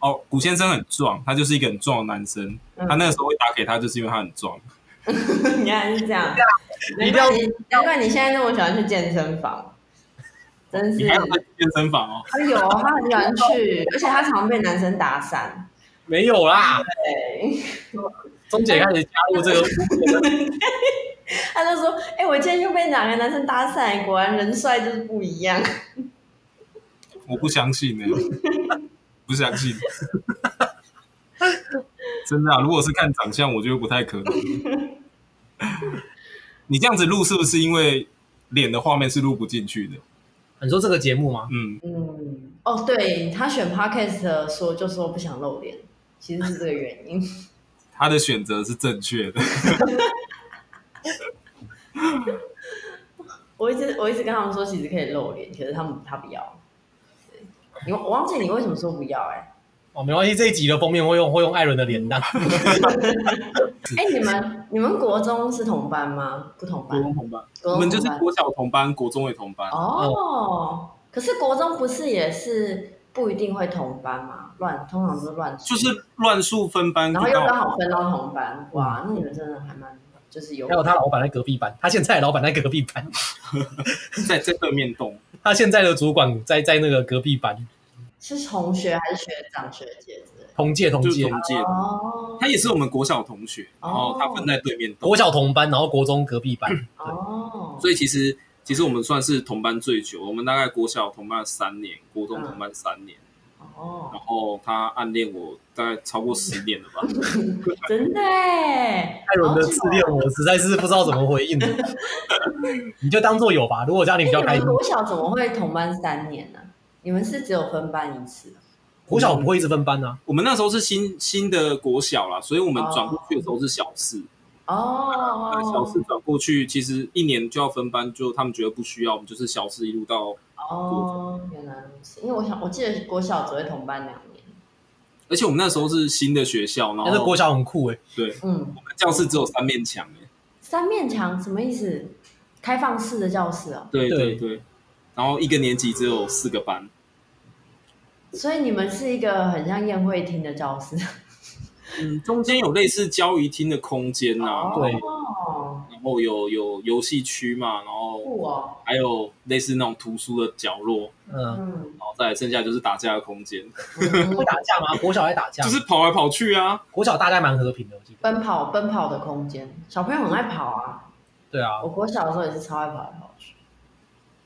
S4: 哦，古先生很壮，他就是一个很壮的男生。
S3: 嗯
S4: 他那个时候会打给他，就是因为他很壮。
S3: 原来是这样，
S1: 一
S3: 难
S1: 定要
S3: 怪你难怪你现在那么喜欢去健身房，真是
S4: 你还。有在健身房哦？
S3: 他有，他很喜欢去，而且他常被男生搭讪。
S1: 没有啦，
S3: 对，
S1: 钟姐开始加入这个
S3: 他就说：“哎、我今天又被哪个男生搭讪，果然人帅就是不一样。
S4: 我不相
S3: <laughs>
S4: 信呢、不相信。真的啊，如果是看长相，我觉得不太可
S3: <laughs>
S4: 能。你这样子录是不是因为脸的画面是录不进去的？
S1: 你说这个节目吗？
S4: 嗯”，
S3: 嗯，哦，对他选 podcast 的说就说不想露脸，其实是这个原因。 <laughs>
S4: 他的选择是正确的。
S3: 我一直我一直跟他们说，其实可以露脸，可是他们他不要。对你我忘记你为什么说不要哎、
S1: 哦，没关系，这一集的封面会用会用艾伦的
S4: <laughs>
S1: 脸当。
S3: 哎、你们你们国中是同班吗？不同班，
S4: 同班，
S3: 国中
S4: 我们就
S3: 同
S4: 是
S3: 班。
S4: 国小同班，国中也同班。
S3: 哦，可是国中不是也是不一定会同班吗？乱通常都是乱数
S4: 就是乱数分班，
S3: 然后又
S4: 刚
S3: 刚
S4: 好
S3: 好分到同班，哇，那你们真的还蛮就是有
S1: 还有他老板在隔壁班，他现在的老板在隔壁班， <laughs>
S4: 在在对面动。
S1: 他现在的主管在在那个隔壁班，
S3: 是同学还是学长学姐之类
S1: 同届同
S4: 就是
S1: 届
S4: 同，届
S3: 的？，哦
S4: 他也是我们国小同学，然后他分在对面栋，
S1: 国小同班，然后国中隔壁
S4: <laughs>
S1: 班，
S3: 哦，
S4: 所以其实其实我们算是同班最久，我们大概国小同班了三年，国中同班三年，
S3: 哦，
S4: 然后他暗恋我大概超过十年了吧， <laughs>
S3: 真的哎，
S1: 艾伦的自恋我实在是不知道怎么回
S4: <laughs>
S1: 应你，你就当做有吧。如果家里比较
S3: 那
S1: 开
S3: 哎你
S1: 心
S3: 们，国小怎么会同班三年呢、你们是只有分班一次？
S1: 国小不会一直分班啊，
S4: 我们那时候是新新的国小啦，所以我们转过去的时候是小四，
S3: 哦
S4: 那，小四转过去其实一年就要分班，就他们觉得不需要，我们就是小四一路到，
S3: 哦，原来如此。因为我想，我记得国小只会同班两年。
S4: 而且我们那时候是新的学校，然
S1: 但是
S4: 后
S1: 国小很酷欸诶、
S4: 对
S3: 嗯，
S4: 教室只有三面墙欸
S3: 三面墙什么意思？开放式的教室哦，
S4: 对
S1: 对
S4: 对对，然后一个年级只有四个班，
S3: 所以你们是一个很像宴会厅的教室。
S4: 嗯，中间有类似交谊厅的空间呐、
S3: 哦，
S1: 对
S4: 然后有有游戏区嘛，然后
S3: 酷哦，
S4: 还有类似那种图书的角落，
S1: 嗯，
S3: 嗯，
S4: 然后再来剩下就是打架的空间，
S1: <laughs>
S3: 嗯
S1: 会打架吗？国小还打架
S4: 就
S1: 吗，
S4: 是嗯跑来跑去啊。
S1: 国小大家蛮和平的，我记得。
S3: 奔跑奔跑的空间，小朋友很爱跑啊。
S1: 对啊
S3: 我，国小的时候也是超爱跑来跑去，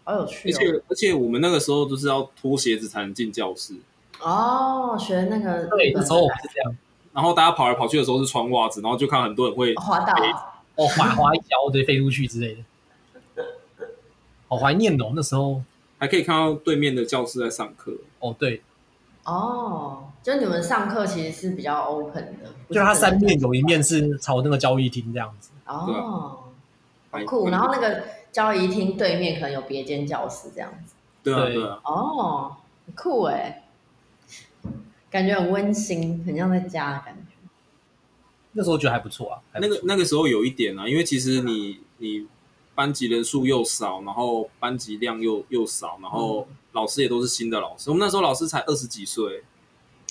S3: 好有趣
S4: 而且
S3: 哦。
S4: 而且我们那个时候就是要脱鞋子才能进教室，
S3: 哦，学那个
S1: 对，
S3: 日本
S1: 那
S3: 的
S1: 时候我们是这样，
S4: 然后大家跑来跑去的时候是穿袜子，然后就看很多人会
S3: 滑倒，啊
S1: 哦，滑滑一跤，对，飞出去之类的。好怀念哦，那时候，
S4: 还可以看到对面的教室在上课，
S1: 哦，对，
S3: 哦，就你们上课其实是比较 open 的，不
S1: 就是它
S3: 真的
S1: 三面啊有一面是朝那个交易厅这样子。
S3: 哦，
S4: 还
S3: 酷。然后那个交易厅对面可能有别间教室这样子，
S4: 对啊
S1: 对
S4: 对啊，
S3: 哦，很酷哎，感觉很温馨，很像在家的感觉。
S1: 那时候觉得还不错啊，还不
S4: 那
S1: 错
S4: 个那个时候有一点啊，因为其实你你班级人数又少，然后班级量又又少，然后
S1: 嗯
S4: 老师也都是新的老师。我们那时候老师才二十几岁，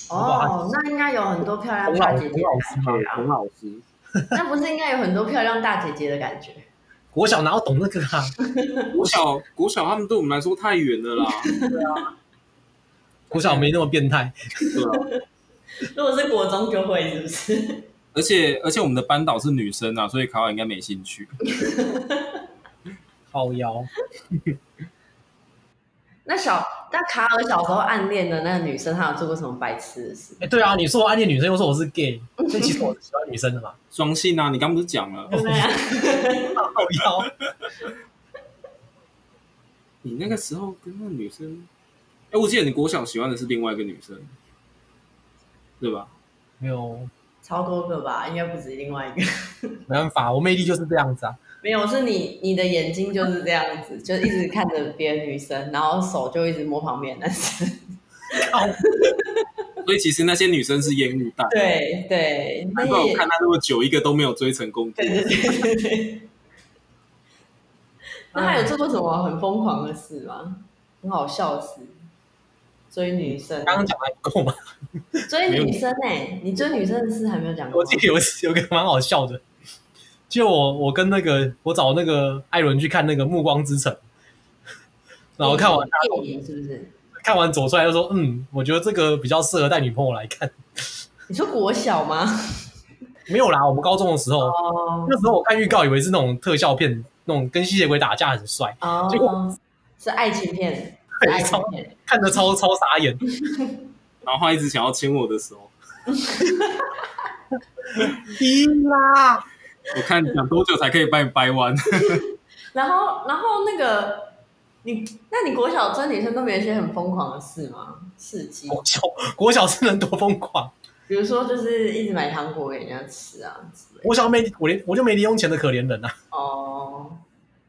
S3: 哦，那应该有很多漂亮
S1: 洪
S3: 大
S1: 老
S3: 姐姐
S1: 洪，老师嘛，
S4: 洪老师，
S3: <laughs> 那不是应该有很多漂亮大姐姐的感觉？
S1: 国小哪有懂那个啊？
S4: 国小国小他们对我们来说太
S1: <laughs>
S4: 远了啦，
S1: 国小没那么变态，
S4: 对啊。
S3: <laughs> 如果是国中就会，是不是？
S4: 而且而且我们的班导是女生啊，所以卡卡应该没兴趣。
S1: 靠腰。
S3: 那小那卡尔小时候暗恋的那个女生，她有做过什么白痴的事？
S1: 哎，对啊，你说我暗恋女生，又说我是 gay，所以其实我是喜欢女生的嘛。
S4: 双性啊，你刚不是讲了？
S1: 嗯
S3: 对啊，
S1: 靠腰，
S4: 你那个时候跟那个女生，哎、我记得你国小喜欢的是另外一个女生，对吧？
S1: 没有，
S3: <laughs> 超多个吧，应该不止另外一个。
S1: 没办法，我魅力就是这样子啊。
S3: 没有，是你你的眼睛就是这样子，就一直看着别的女生，然后手就一直摸旁边的男生。
S1: 靠，
S4: 所以其实那些女生是烟雾弹。
S3: 对对，那
S4: 难怪我
S3: 也
S4: 看他那么久，一个都没有追成功过
S3: 对。对对对对。那还有做过什么很疯狂的事吗？很好笑的事，追女生，
S1: 刚刚讲的还不够吗？
S3: 追女生哎、你追女生的事还没有讲过哦
S1: 我记得有 <laughs> 一次有个蛮好笑的，就我我跟那个我找那个艾伦去看那个《暮光之城》，然后看完他
S4: 哦
S3: 电影是不是？
S1: 看完走出来就说，嗯，我觉得这个比较适合带女朋友来看。
S3: 你说国小吗？
S1: 没有啦，我们高中的时候，
S3: 哦
S1: 那时候我看预告以为是那种特效片，那种跟吸血鬼打架很帅，
S3: <laughs>
S1: 结
S3: 哦，是爱情片，是爱情片，
S1: 看着超超傻眼。
S4: 然后他一直想要牵我的手，
S1: 咦啦，
S4: 我看讲多久才可以把你掰弯。
S3: 然后然后那个你，那你国小追女生都没有一些很疯狂的事吗？事迹，
S1: 国小国小是能多疯狂？
S3: 比如说就是一直买糖果给人家吃啊之类的。
S1: 国小没我连我就没零用钱的可怜人啊！
S3: 哦，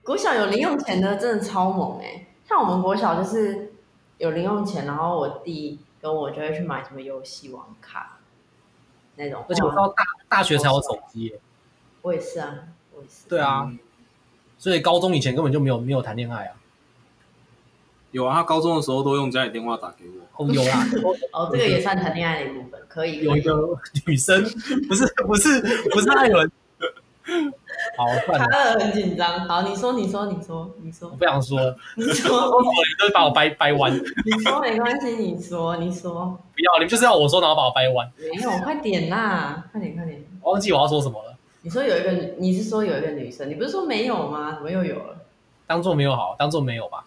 S3: 国小有零用钱的真的超猛哎、像我们国小就是有零用钱，然后我弟跟我就会去买什么游戏王卡那种，哦
S1: 而且我到大大学才有手机耶、
S3: 我也是啊，我也是。
S1: 对 <laughs> 啊，所以高中以前根本就没有没有谈恋爱啊。
S4: 有啊，他高中的时候都用家里电话打给我。
S1: 哦，有啊，
S3: 哦，这个也算谈恋爱的一部分，可以。
S1: <laughs> 有一个女生，不是不是不是爱人。好，算
S3: 他
S1: 了，
S3: 二很紧张。好，你说，你说，你说，你
S1: 我
S3: 说，
S1: 不想 <laughs> 说了，
S3: 你
S1: 我
S3: <laughs> 说，
S1: 就是把我掰掰弯，不
S3: 你说，没关系，你说，你说，
S1: 要，你们就是要我说，然后把我掰弯。
S3: 没有，快点啦，快点，快点。
S1: 我忘记我要说什么了，
S3: 你说有一个女，你是说有一个女生，你不是说没有吗？怎么又有了？
S1: 当做没有好，当做没有吧，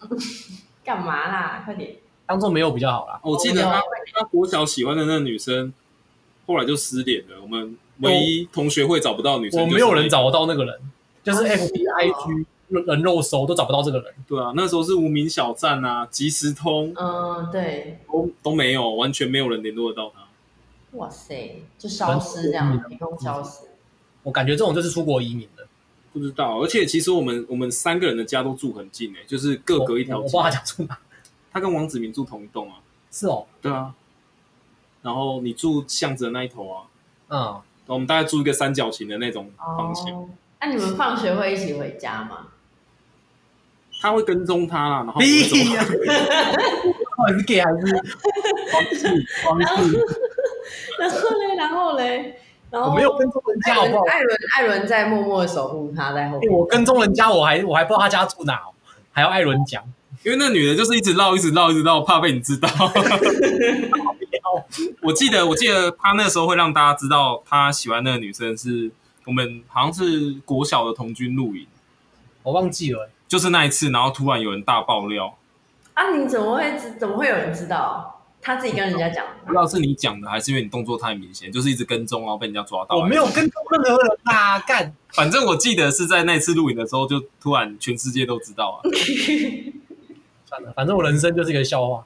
S3: 干嘛啦？快点！
S1: 当做没有比啊较好啦。
S4: 我记得他
S3: 哦
S4: 他国小喜欢的那个女生，后来就失联了。我们唯一同学会找不到女生，
S1: 我没有人。找得到那个人，就是
S3: 哦
S1: F B I G 人肉搜都找不到这个人。
S4: 对啊，那时候是无名小站啊，即时通
S3: 嗯，对，
S4: 都都没有，完全没有人联络得到他。
S3: 哇塞，就消失这样，凭空消失。
S1: 我感觉这种就是出国移民的，
S4: 不知道，而且其实我们我们三个人的家都住很近诶、欸就是各
S1: 我
S4: 隔一条
S1: 我
S4: 街
S1: 不。知道他讲出哪。
S4: 他跟王子明住同一栋啊，
S1: 是哦，
S4: 对啊。然后你住巷子的那一头啊，
S1: 嗯，
S4: 我们大概住一个三角形的那种房间。
S3: 哦，那你们放学会一起回家吗？
S4: 他会跟踪他啦，然后我会走
S1: 屁呀！到 <laughs> 底是 gay 还是
S4: 方式
S3: <laughs> 然后嘞，然后嘞，然
S4: 哦
S3: 后
S1: 我没有跟踪人家好
S3: 艾
S1: 不好
S3: 伦，？艾伦，艾伦在默默的守护他，在后
S1: 欸
S3: 面。
S1: 我跟踪人家，我还我还不知道他家住哪哦，还要艾伦讲。
S4: 因为那女的就是一直绕，一直绕，一直绕，怕被
S1: <laughs>
S4: 你知道。我记得，我记得她那时候会让大家知道，她喜欢那个女生是我们好像是国小的童军露营，
S1: 我忘记了欸，
S4: 就是那一次，然后突然有人大爆料，
S3: 啊，你怎么会知？怎么会有人知道？他自己跟人家讲，
S4: 不知道是你讲的还是因为你动作太明显，就是一直跟踪，然后被人家抓到。
S1: 我没有，跟踪任何人啦，干
S4: 反正我记得是在那次露营的时候，就突然全世界都知道啊。
S1: 算了，反正我人生就是一个笑话。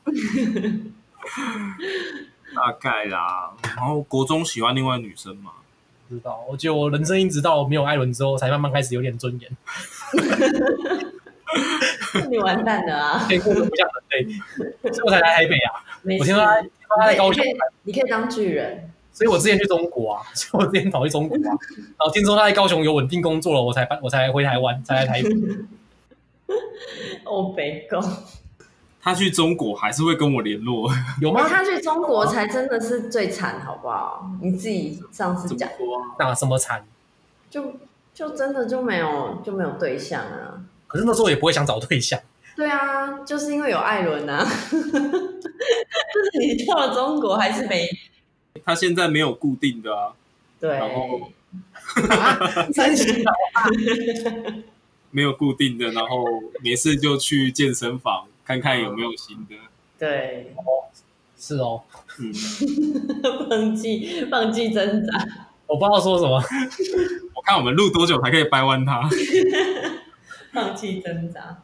S4: 大概啦。然后国中喜欢另外女生嘛，
S1: 不知道，我觉得我人生一直到没有艾伦之后，才慢慢开始有点尊严，
S3: <laughs> 你完蛋了啊！
S1: 可以过得不像人类，所以我才来台北啊。
S3: 没
S1: 我
S3: 事
S1: 听说他，听说他在高
S3: 你
S1: 雄
S3: 可以，你可以当巨人。
S1: 所以我之前去中国啊， <laughs> 所以我之前跑去中国啊，然后听说他在高雄有稳定工作了，我才搬，我才回台湾，才来台北。
S3: 欧北狗，
S4: 她去中国还是会跟我联 <laughs> 络。
S1: 有
S3: <laughs>
S1: 吗？
S3: 他去中国才真的是最惨，好不好？你自己上次
S4: 怎么
S3: 讲，
S4: 说啊？
S1: 哪什么惨？
S3: 就就真的就没有就没有对象啊。
S1: 可是那时候也不会想找对象，
S3: 对啊，就是因为有艾伦啊， <laughs> 就是你到了中国还是没
S4: 她现在没有固定的啊。
S3: 对
S4: 然
S3: <laughs>
S4: 后
S1: 三十啊，
S4: 没有固定的，然后没事就去健身房看看有没有新的。
S3: 对， <laughs>
S1: 是哦，
S4: 嗯，
S3: 放弃放弃挣扎。
S1: 我不知道说什么。
S4: 我看我们录多久才可以掰弯它。
S3: <laughs> 放弃挣扎。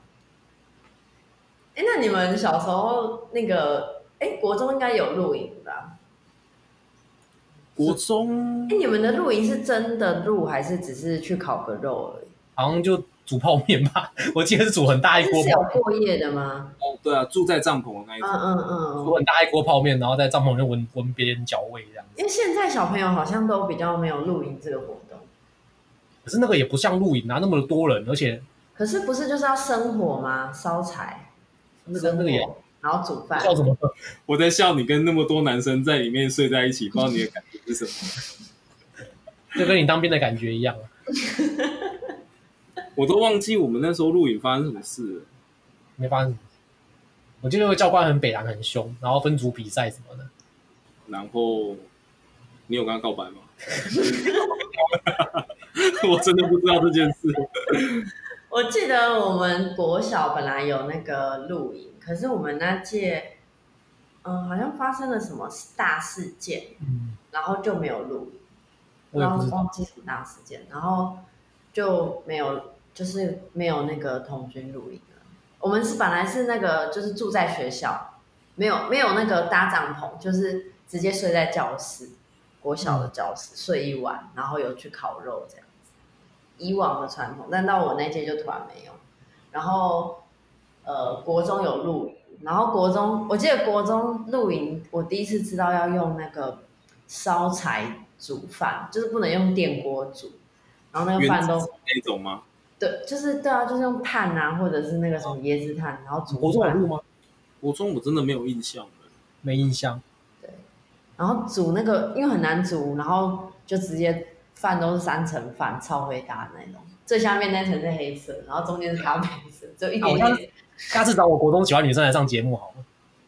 S3: 哎、那你们小时候那个，哎、国中应该有露营吧？
S4: 国中
S3: 哎、你们的露营是真的露，还是只是去烤个肉而已？
S1: 好像就煮泡面吧，我记得是煮很大一锅
S3: 是，有过夜的吗？
S4: 哦，对啊，住在帐篷的那
S3: 嗯
S4: 一种，
S3: 嗯
S1: 煮
S3: 嗯。
S1: 很大一锅泡面，然后在帐篷里面闻闻别人脚味这样。
S3: 因为现在小朋友好像都比较没有露营这个活动，
S1: 可是那个也不像露营啊，那么多人，而且
S3: 可是不是就是要生火吗？烧柴，
S1: 那个那个也
S3: 生火然后煮饭。
S1: 叫什么？
S4: 我在笑你跟那么多男生在里面睡在一起，不知道你的感觉是什么。
S1: 就跟你当兵的感觉一样啊。
S4: 我都忘记我们那时候录影发生什么事了。
S1: 没发生什么事。我记得那个教官很北狼很凶，然后分组比赛什么的。
S4: 然后你有跟他告白吗？ <laughs> 我真的不知道这件事。
S3: 我记得我们国小本来有那个露营，可是我们那届，嗯，好像发生了什么大事件，
S1: 嗯，
S3: 然后就没有录，
S1: 我也
S3: 然
S1: 不
S3: 后
S1: 知道
S3: 忘记什么大事件，然后就没有，就是没有那个童军录影了。我们是本来是那个就是住在学校，没有没有那个搭帐篷，就是直接睡在教室，国小的教室、睡一晚，然后有去烤肉这样子，以往的传统，但到我那届就突然没有。然后呃，国中有露营，然后国中我记得国中露营，我第一次知道要用那个烧柴煮饭，就是不能用电锅煮，然后那个
S4: 原
S3: 饭
S4: 子
S3: 都
S4: 那种吗？
S3: 对，就是对啊，就是用炭啊，或者是那个什么椰子炭，然后煮
S1: 国中有
S3: 饭，
S1: 录吗？
S4: 国中我真的没有印象了。
S1: 没印象。
S3: 然后煮那个因为很难煮，然后就直接饭都是三层饭，超伟大的那种。最下面那层是黑色，然后中间是咖啡色，只有一
S1: 啊我
S3: 点
S1: 上
S3: 点。
S1: 下次找我国中喜欢女生来上节目好了，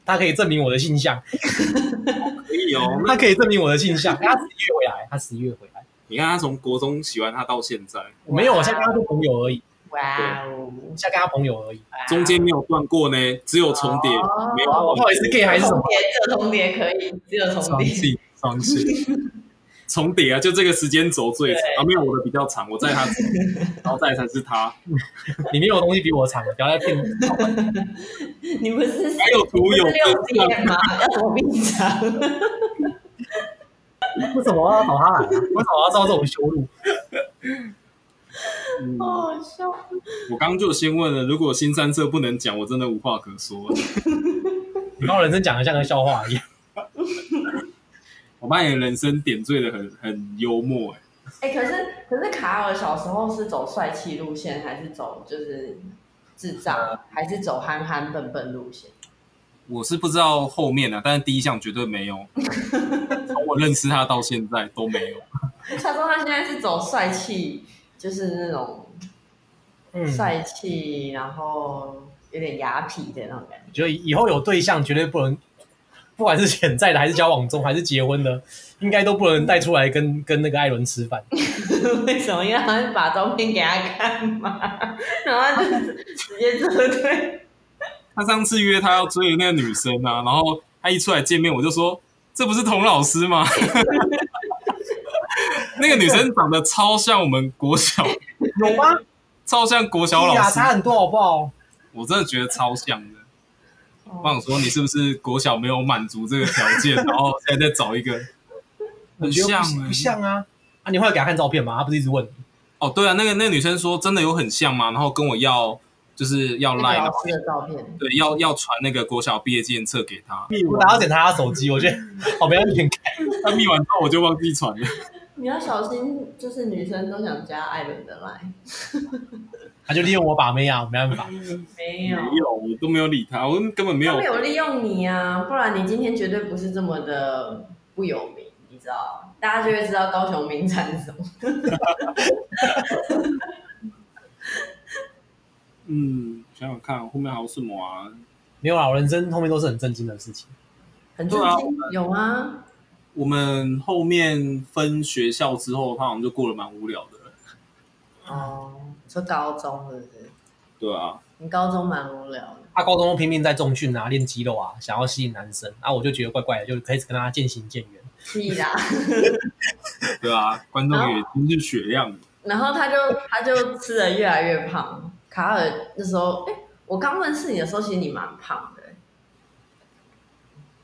S1: 她可以证明我的性向，
S4: 可以哦，那
S1: 她可以证明我的性向。她十一月回来，她十一月回来，
S4: 你看他从国中喜欢他到现在，
S1: 没有，我现在跟她做朋友而已，
S3: 哇哦！
S1: 我现在跟她朋友而已。
S4: 中间没有断过呢，只有重叠，
S3: 哦
S4: 没有
S1: 哦，我到底是 gay 还是什
S3: 重
S1: 么？
S3: 叠，只有重叠可以，只
S1: <laughs>
S3: 有重
S4: 重
S3: 叠。
S4: 叠，重叠，重叠啊！就这个时间轴最长
S3: 对
S4: 啊，没有我的比较长，我在他
S3: <laughs>
S4: 之前，然后再来才是他。
S1: 里面有东西比我长，不要再骗我。
S3: 你们是
S4: 还有
S1: 哎
S4: 图有
S3: 是六
S4: 真相，
S3: 点吗？要怎么
S1: <laughs>
S3: 闭场？
S1: 为什么要找她来、啊？为什么要遭这种羞辱？
S4: 嗯
S3: 好好笑。
S4: 我刚刚就先问了，如果新三色不能讲，我真的无话可说。
S1: 你把我人生讲的像个笑话一样。
S4: 我把你的人生点缀的很很幽默、欸，
S3: 哎、可是可是卡尔小时候是走帅气路线，还是走就是智障，还是走憨憨笨笨路线？
S4: 我是不知道后面啊，但是第一项绝对没有。从我认识他到现在都没有。
S3: 他说他现在是走帅气，就是那种
S1: 嗯，
S3: 帅气，然后有点雅痞的那种感
S1: 觉
S3: 觉。
S1: 得以后有对象绝对不能，不管是潜在的还是交往中还是结婚的，应该都不能带出来跟跟那个艾伦吃饭。
S3: <laughs> 为什么？因为他会把照片给他看嘛， <laughs> 然后他就直接撤退。
S4: 他上次约他要追的那个女生啊，然后他一出来见面，我就说这不是童老师吗？ <laughs> 那个女生长得超像我们国小，
S1: 有吗？
S4: 超像国小
S1: 对
S4: 老
S1: 呀，
S4: 师，
S1: 差很多好不好？
S4: 我真的觉得超像的。我想说，你是不是国小没有满足这个条
S1: <laughs>
S4: 件，然后现在再找一个？
S1: 我
S4: 很
S1: 觉得
S4: 像
S1: 不
S4: 欸
S1: 不像啊！啊，你后来给他看照片吗？他不是一直问你？
S4: 哦，对啊，那个那个女生说真的有很像吗？然后跟我要就是要
S3: 那
S4: line，
S3: 个
S4: 然
S3: 老
S4: 后
S3: 师的照片，
S4: 对要要传那个国小毕业纪念册给他。
S1: 我打要检查他手机，我觉得好没安全感。
S4: 他密完之后我就忘记传了。
S3: 你要小心，就是女生都想加艾伦的 line。
S1: 他就利用我把妹啊，没办法。
S3: 没
S4: 没
S3: 有，
S4: 有，我都没有理他，我根本没
S3: 他
S4: 有
S3: 没。有利用你啊，不然你今天绝对不是这么的不有名，你知道？大家就会知道高雄名产是什么。
S4: 嗯，想想看后面还有什么啊？
S1: 没有啦，我人生后面都是很震惊的事情。
S3: 很震
S4: 对啊
S3: 惊，有吗？
S4: 我们后面分学校之后，他好像就过得蛮无聊的。
S3: 哦，你说高中是不是？
S4: 对啊，
S3: 你高中蛮无聊的。
S1: 他啊高中都拼命在重训啊，练肌肉啊，想要吸引男生啊，我就觉得怪怪的，就开始跟他渐行渐远。
S3: 屁啦！
S4: 对啊，观众也真是雪亮的。
S3: 然后他就他就吃的越来越胖。卡尔那时候，哎，我刚认识你的时候，其实你蛮胖的，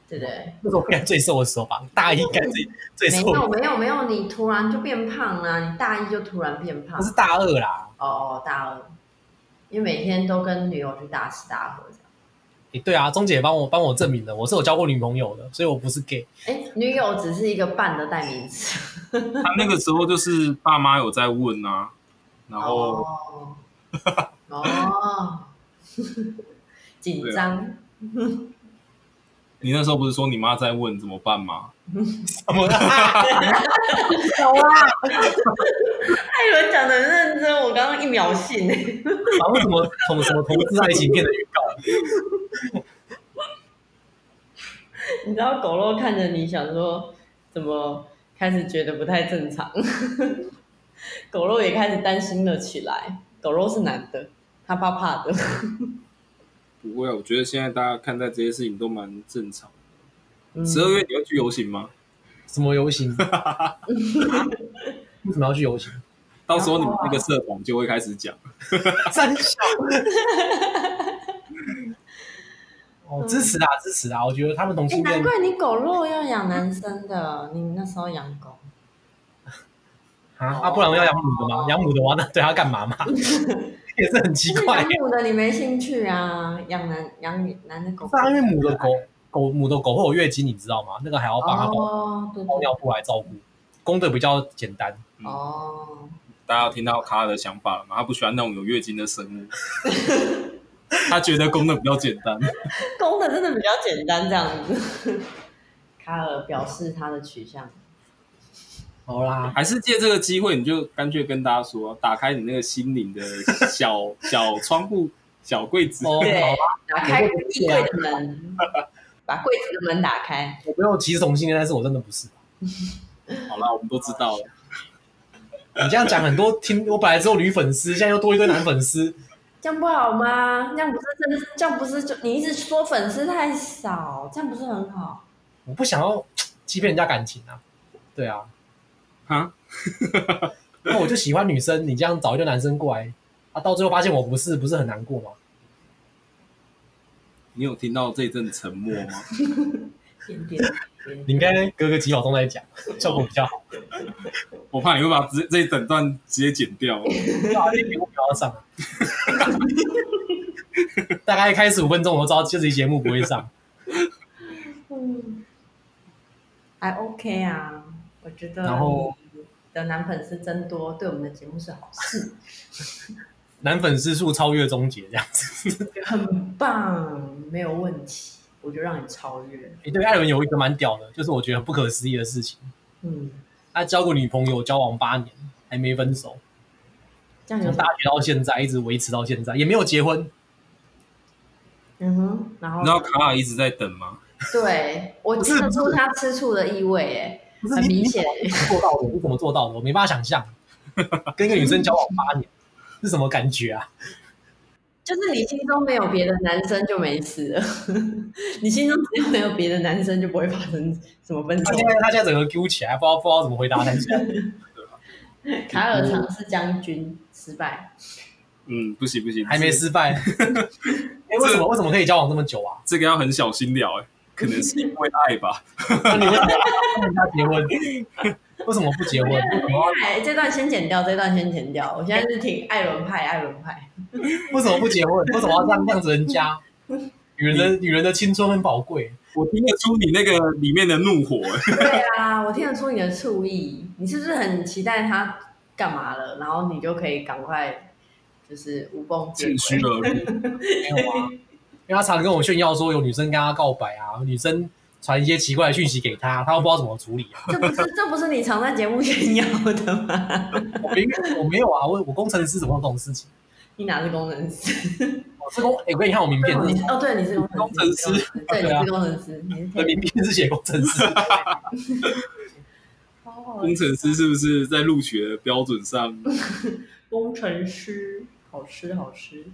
S3: 对不对？
S1: 那是我应 <laughs> 该最瘦的时候吧，大一应该最最
S3: 没
S1: 瘦的，
S3: 有没有没有，你突然就变胖啦、你大一就突然变胖
S1: 那。是大二啦。
S3: 哦哦，大二，因为每天都跟女友去大吃大喝这样。
S1: 诶对啊，钟姐帮我帮我证明了，我是有交过女朋友的，所以我不是 gay。
S3: 哎，女友只是一个半的代名词。
S4: 他那个时候就是爸妈有在问啊，然后
S3: 哦 <laughs> 哦，紧张。
S4: 你那时候不是说你妈在问怎么办吗？
S1: 怎么啦？
S3: 艾伦讲的认真，我刚刚一秒信哎、
S1: 好啊像什么什么什么同志爱情片的预告，
S3: 你知道狗肉看着你想说怎么？开始觉得不太正常， <laughs> 狗肉也开始担心了起来。狗肉是男的，他怕怕的。
S4: 不会啊，我觉得现在大家看待这些事情都蛮正常的。
S3: 嗯
S4: 十二月你要去游行吗？
S1: 什么游行？ <laughs> 啊为什么要去游行？
S4: 到时候你们那个社团就会开始讲。
S1: <laughs> 三小。哦，支持啊，支持啊！我觉得他们同
S3: 哎、
S1: 性
S3: 难
S1: 恋
S3: 怪你狗肉要养男生的，你那时候养狗。
S1: 啊啊，不然要养母的嘛，养母的话，那对他干嘛 <laughs> 嘛？也是很 <laughs> 奇
S3: 但是
S1: 怪
S3: <laughs> 养。母的你没兴趣啊，养男养女男的狗。
S1: 不然啊因为母的狗狗母的狗会有月经，你知道吗？那个还要帮它包
S3: 哦，对
S1: 包
S3: 对
S1: 尿布来照顾，公的比较简单。
S3: 哦，
S4: 大家有听到卡的想法了吗？他不喜欢那种有月经的生
S1: <laughs>
S4: 物，他觉得功能比较简单。
S3: 公的真的比较简单这样子。 <laughs> 卡尔表示他的取向，
S1: 好啦，
S4: 还是借这个机会，你就干脆跟大家说，打开你那个心灵的
S1: <laughs>
S4: 小小窗户、小柜子。
S1: 哦，
S3: 对
S1: 好啦，
S3: 打开衣
S1: 啊
S3: 柜的门， <laughs> 把柜子的门打开。
S1: 我没有歧视同性恋，但是我真的不是。
S4: 好啦，我们都知道了。
S1: 你这样讲，很多听我本来只有女粉丝，现在又多一堆男粉丝，
S3: 这样不好吗？这样不是真，这样不是就你一直说粉丝太少，这样不是很好？
S1: 我不想要欺骗人家感情啊。对啊，
S4: 哈，
S1: 那我就喜欢女生，你这样找一个男生过来，啊，到最后发现我不是，不是很难过吗？
S4: 你有听到这一阵沉默吗？
S3: 点点点
S1: 你应该隔个几秒钟再讲，效果比较好。
S4: 我怕你会把这这一整段直接剪掉。
S1: 啊，那个目标要上啊。大概开始五分钟，我都知道这期节目不会上。
S3: 嗯，还 OK 啊，我觉得
S1: 然后
S3: 你的男粉丝增多，对我们的节目是好事，
S1: 男粉丝数超越终结这样子。 <laughs>
S3: 很棒，没有问题，我就让你超越。
S1: 诶欸对，艾伦有一个蛮屌的，就是我觉得很不可思议的事情，
S3: 嗯，
S1: 他啊交过女朋友，交往八年还没分手，
S3: 这样有
S1: 从大学到现在一直维持到现在，也没有结婚。
S3: 嗯哼，然
S4: 你知道
S3: 后
S4: 卡尔一直在等吗？
S3: 对我
S1: 不是
S3: 听得
S1: 不
S3: 出
S1: 是
S3: 他吃醋的意味，哎，
S1: 不
S3: 很明显，
S1: 你怎么做到的？你怎么做到的？我没办法想象，跟一个女生交往八年是什么感觉啊？
S3: 就是你心中没有别的男生就没事了， <laughs> 你心中只要没有别的男生就不会发生什么分手
S1: 他。现在他现在整个揪起来，不知道不知道怎么回答才是。
S3: 卡尔尝试将军失败，
S4: 嗯，不行不行，
S1: 还没失败。哎、为什么为什么可以交往这么久啊？
S4: 这个要很小
S1: <laughs>
S4: 心聊哎、可能是因为爱吧。
S1: 那你为什么要跟人家结婚？为什么不结婚？
S3: 哎，这段先剪掉，这段先剪掉。我现在是挺艾伦派，艾伦派。
S1: 为什么不结婚？为什么要这样让着人家？女人的女人的青春很宝贵，
S4: 我听得出你那个里面的怒火、哎
S3: 对啊，我听得出你的醋意，你是不是很期待他干嘛了？然后你就可以赶快就是无缝接
S4: 趁虚
S3: 轨。
S4: 而入。
S1: 没有啊？因为他常常跟我炫耀说有女生跟他告白啊，女生传一些奇怪的讯息给他，他又不知道怎么处理啊。
S3: 这不是这不是你常在节目炫耀的吗？
S1: 我没我没有啊，我我工程师怎么会有这种事情？
S3: 你哪是工程师？
S1: 我是工，哎、我给你看我名片，
S3: 你
S1: 我
S3: 是哦，对，你是工程师，
S4: 工程
S3: 对，你
S1: 对啊
S3: 是工程师，你是
S1: 的名片是写工程师，
S4: 工程师是不是在录取的标准上，
S3: 工程师， <laughs> 好吃好吃。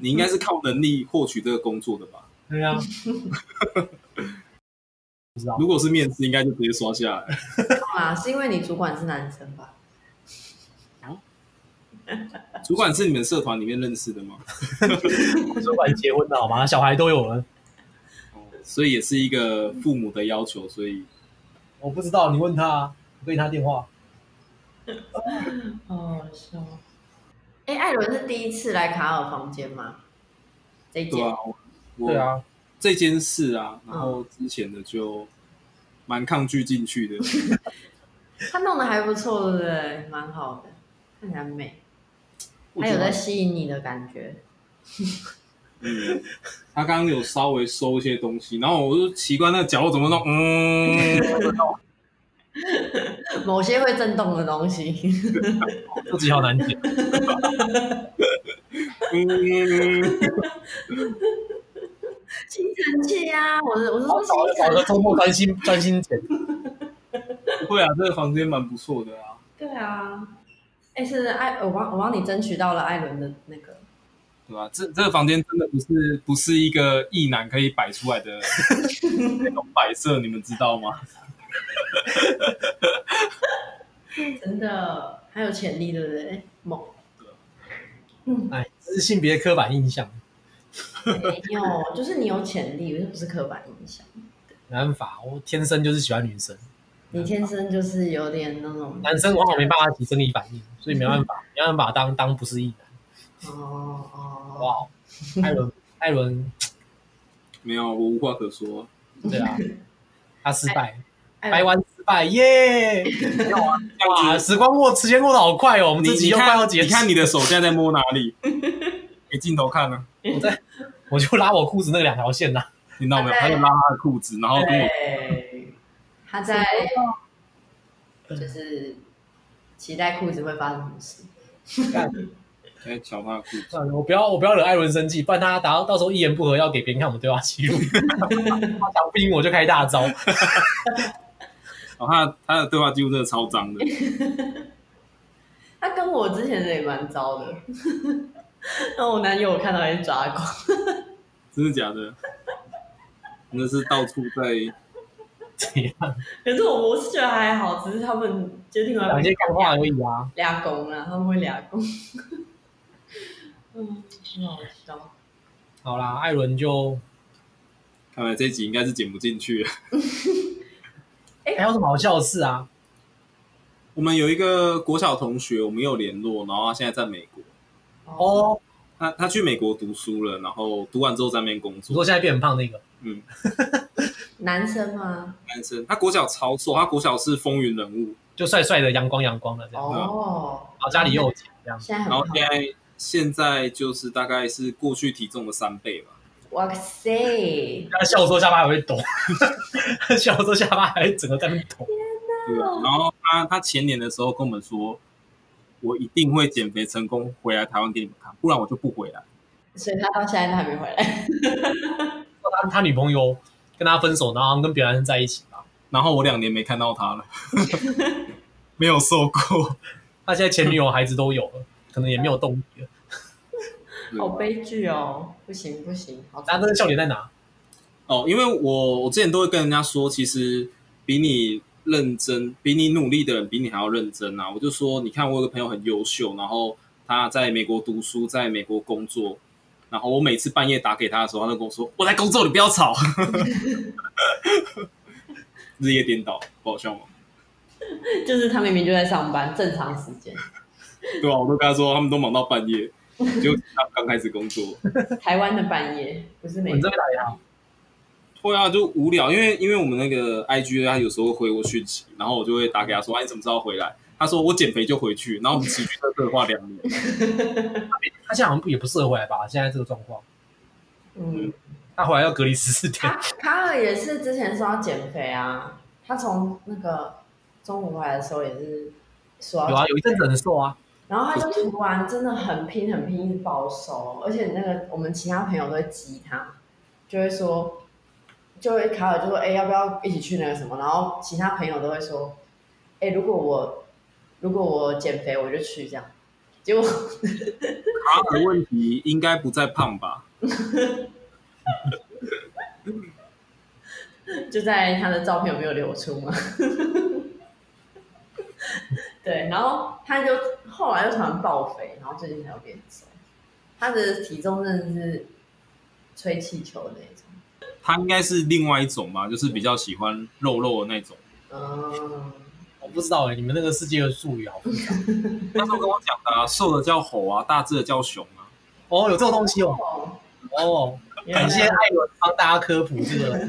S4: 你应该是靠能力获取这个工作的吧？
S1: 对
S3: <laughs>
S1: 啊，不知道。
S4: 如果是面试，应该就直接刷下来。
S3: 啊，是因为你主管是男生吧？
S4: 主管是你们社团里面认识的吗？
S1: 主管结婚了好吗？小孩都有了，
S4: 所以也是一个父母的要求，所以
S1: 我不知道，你问他啊，我给你他电话。
S3: 哦，是哦。哎，艾伦是第一次来卡尔房间吗？这一
S4: 对
S3: 间、
S4: 啊，我
S1: 对，啊，
S4: 这件事啊，然后之前的就蛮抗拒进去的，
S3: 他弄得还不错，对不对？蛮好的，看起来很美，
S4: 我
S3: 还
S4: 觉
S3: 有在
S4: 得
S3: 吸引你的感觉。
S4: 嗯，他刚刚有稍微收一些东西，然后我就奇怪那个角落怎么弄，嗯，
S3: 某些会震动的东 <laughs> 西，
S1: 这集好难剪。
S4: 嗯，
S3: 吸尘器啊，我是我是
S1: 我
S3: 说吸尘器
S1: 的周末专心专心剪，
S4: 会啊，这个房间蛮不错的啊。
S3: 对啊，哎，是艾，我帮我帮你争取到了艾伦的那个，
S4: 对吧、这这个房间真的不是不是一个异男可以摆出来
S1: <laughs>
S4: 的那种摆设，你们知道吗？
S3: 真的还有潜力，对不对？猛，
S1: 哎，这是性别刻板印象，
S3: 没有，就是你有潜力，这不是刻板印象，
S1: 没办法，我天生就是喜欢女生，
S3: 你天生就是有点那
S4: 嗯
S3: 种
S1: 男生往往没办法起生理反应，所以没办法，没办法当当不是异男。
S3: 哦哦，
S1: 哇哦，艾伦，艾伦，
S4: 没有，我无话可说。
S1: 对啊，他失败，
S3: 艾
S1: 掰
S3: 伦
S1: 弯失败，耶！哇，时光过，时间过得好快哦，我们
S4: 你
S1: 这集
S4: 你
S1: 又快要
S4: 看，
S1: 结
S4: 你
S1: 束，
S4: 看你的手现在在摸哪
S1: <laughs>
S4: 里？给镜头看啊，
S1: 我在，我就拉我裤子那两条线啦。
S4: 听到没有？他就拉他的裤子，然后跟我
S3: 对，他在
S4: 嗯
S3: 就是期待裤子会发生什么事。
S4: 在瞧哎他的裤子。
S1: 算了我不要，我不要惹艾伦生气，不然他打到时候一言不合要给别人看我们对话记录，他想逼我就开大招。
S4: 然后哦他的他的对话记录真的超脏的，
S3: 他跟我之前的也蛮糟的，然后我男友我看到也是抓狂。
S4: 真的假 <laughs> 的？真的是到处在
S1: 怎样？
S3: 可是我我是觉得还好，只是他们就另外
S1: 讲一些干话而已啊。
S3: 俩公啊，他们会俩
S4: <laughs>
S3: 公。嗯，很好笑。
S1: 好啦，艾伦就
S4: 看来这一集应该是剪不进去了。
S1: 还有什么好笑的事啊？
S4: 我们有一个国小同学，我们有联络，然后他现在在美国，
S3: 哦，
S1: 哦，
S4: 他他去美国读书了，然后读完之后在那边工
S1: 你
S4: 作。
S1: 说现在变很胖那个，
S4: 嗯，
S3: 男生吗？
S4: 男生，他国小超瘦，他国小是风云人物，
S1: 就帅帅的，阳光阳光的这样，
S3: 哦，
S1: 然后家里又有钱这样。
S3: 现在很
S4: 然后
S3: 好。
S4: 现在现在就是大概是过去体重的三倍吧。
S3: 哇塞，天
S1: 他笑的时候下巴还会抖，他笑的时候下巴还会整个在那边抖。
S4: 对啊，然后他他前年的时候跟我们说，我一定会减肥成功，回来台湾给你们看，不然我就不回来。
S3: 所以他到现在都还没回来。
S1: 他他女朋友跟他分手，然后跟别人在一起嘛。
S4: 然后我两年没看到他了，没有瘦过。
S1: 他现在前女友孩子都有了，可能也没有动力了。
S4: 啊
S3: 好悲剧哦，不行不行，好
S1: 他那个笑点在哪？
S4: 哦，因为我我之前都会跟人家说，其实比你认真、比你努力的人，比你还要认真啊。我就说，你看我有个朋友很优秀，然后他在美国读书，在美国工作，然后我每次半夜打给他的时候，他就跟我说：“我在工作，你不要吵。” <laughs> 日夜颠倒，不好笑吗？
S3: 就是他明明就在上班，正常时间，
S4: 对啊，我都跟他说，他们都忙到半夜，就他刚开始工作。
S3: 台湾的半夜，不是美
S1: 你这
S3: 国。
S1: 边打啊给他，
S4: 会啊，就无聊，因为因为我们那个 IG 他有时候会回我讯息，然后我就会打给他说：“哎、你怎么知道回来？”他说：“我减肥就回去。”然后我们持续在对话两年。
S1: 他现在好像不也不适合回来吧？现在这个状况，
S3: 嗯，
S1: 他回来要隔离十四天
S3: 卡。卡尔也是之前说要减肥啊，他从那个中国回来的时候也是说要
S1: 有
S3: 减
S1: 啊，有一阵子很瘦啊。
S3: 然后他就突然真的很拼很拼，一直暴瘦，而且那个我们其他朋友都会激他，就会说，就会卡尔就说，哎、要不要一起去那个什么？然后其他朋友都会说，哎、如果我如果我减肥，我就去这样。结果
S4: 他的问题应该不在胖吧？
S3: 就在他的照片有没有流出嘛？对，然后他就后来又突然爆肥，然后最近才有变瘦，他的体重真的是吹气球的那种。
S4: 他应该是另外一种吧，就是比较喜欢肉肉的那种。
S3: 嗯，
S1: 我不知道哎、你们那个世界的术语好复杂。
S4: 他时候跟我讲的、啊，瘦的叫猴啊，大只的叫熊啊。
S1: 哦，有这种东西哦。
S3: 哦，
S1: 哦，感谢艾伦帮大家科普这个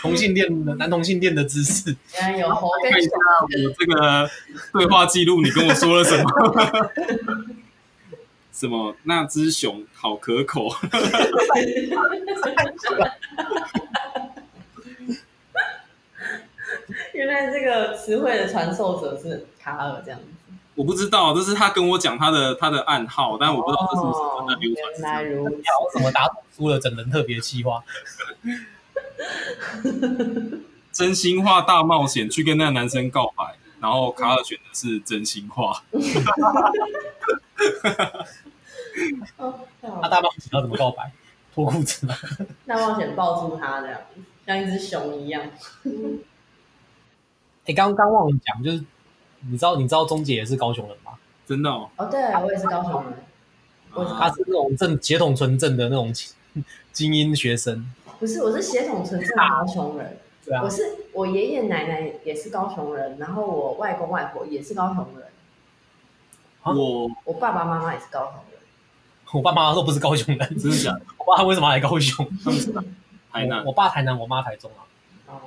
S1: 同性恋的男同性恋的知识。
S3: 原来有猴跟
S4: 看一
S3: 熊
S4: 下，我这个对话记录，你跟我说了什么？ <laughs> 什么？那只熊好可口。 <laughs>
S3: 原来这个词汇的传授者是卡尔这样子。
S4: 我不知道，这是他跟我讲他的他的暗号，但我不知道这是不是真的流传
S3: 哦原来
S4: 是
S3: 如此。
S1: 聊什么打赌输了整人特别计划？
S4: 真心话大冒险去跟那个男生告白，然后卡尔选的是真心话，
S3: 哦，
S1: 他大冒险要怎么告白？脱裤子吗？ <laughs>
S3: 大冒险抱住他这样，像一只熊一样。
S1: 哎，刚刚忘了讲，就是你知道你知道钟姐也是高雄人吗？
S4: 真的、哦。
S3: 哦，对，啊我也是高雄人，我
S1: 她是那种正血统纯正的那种 <laughs> 精精英学生，
S3: 不是，我是血统纯正的高雄人。
S1: 对啊
S3: 我，是我爷爷奶奶也是高雄人，然后我外公外婆也是高雄人，
S1: 啊
S4: 我
S3: 我爸爸妈妈也是高雄人。
S1: 我爸妈都不是高雄人，
S4: 真的假的？
S1: 我爸为什么要来高雄？
S4: 他们是哪台南
S1: 我，我爸台南，我妈台中啊，
S3: 哦，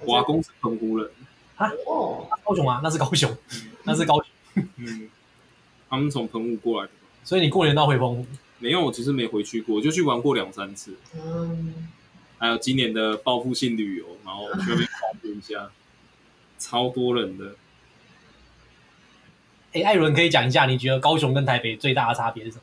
S4: 我阿公是澎湖人，
S3: 哦，
S1: 高雄啊，那是高雄，那是高雄。
S4: 嗯，他们从澎湖过来的。
S1: 所以你过年到回澎湖，
S4: 没有，我其实没回去过，我就去玩过两三次，
S3: 嗯，
S4: 还有今年的报复性旅游，然后去那边狂奔一下，超多人的。
S1: 哎，艾伦可以讲一下，你觉得高雄跟台北最大的差别是什么？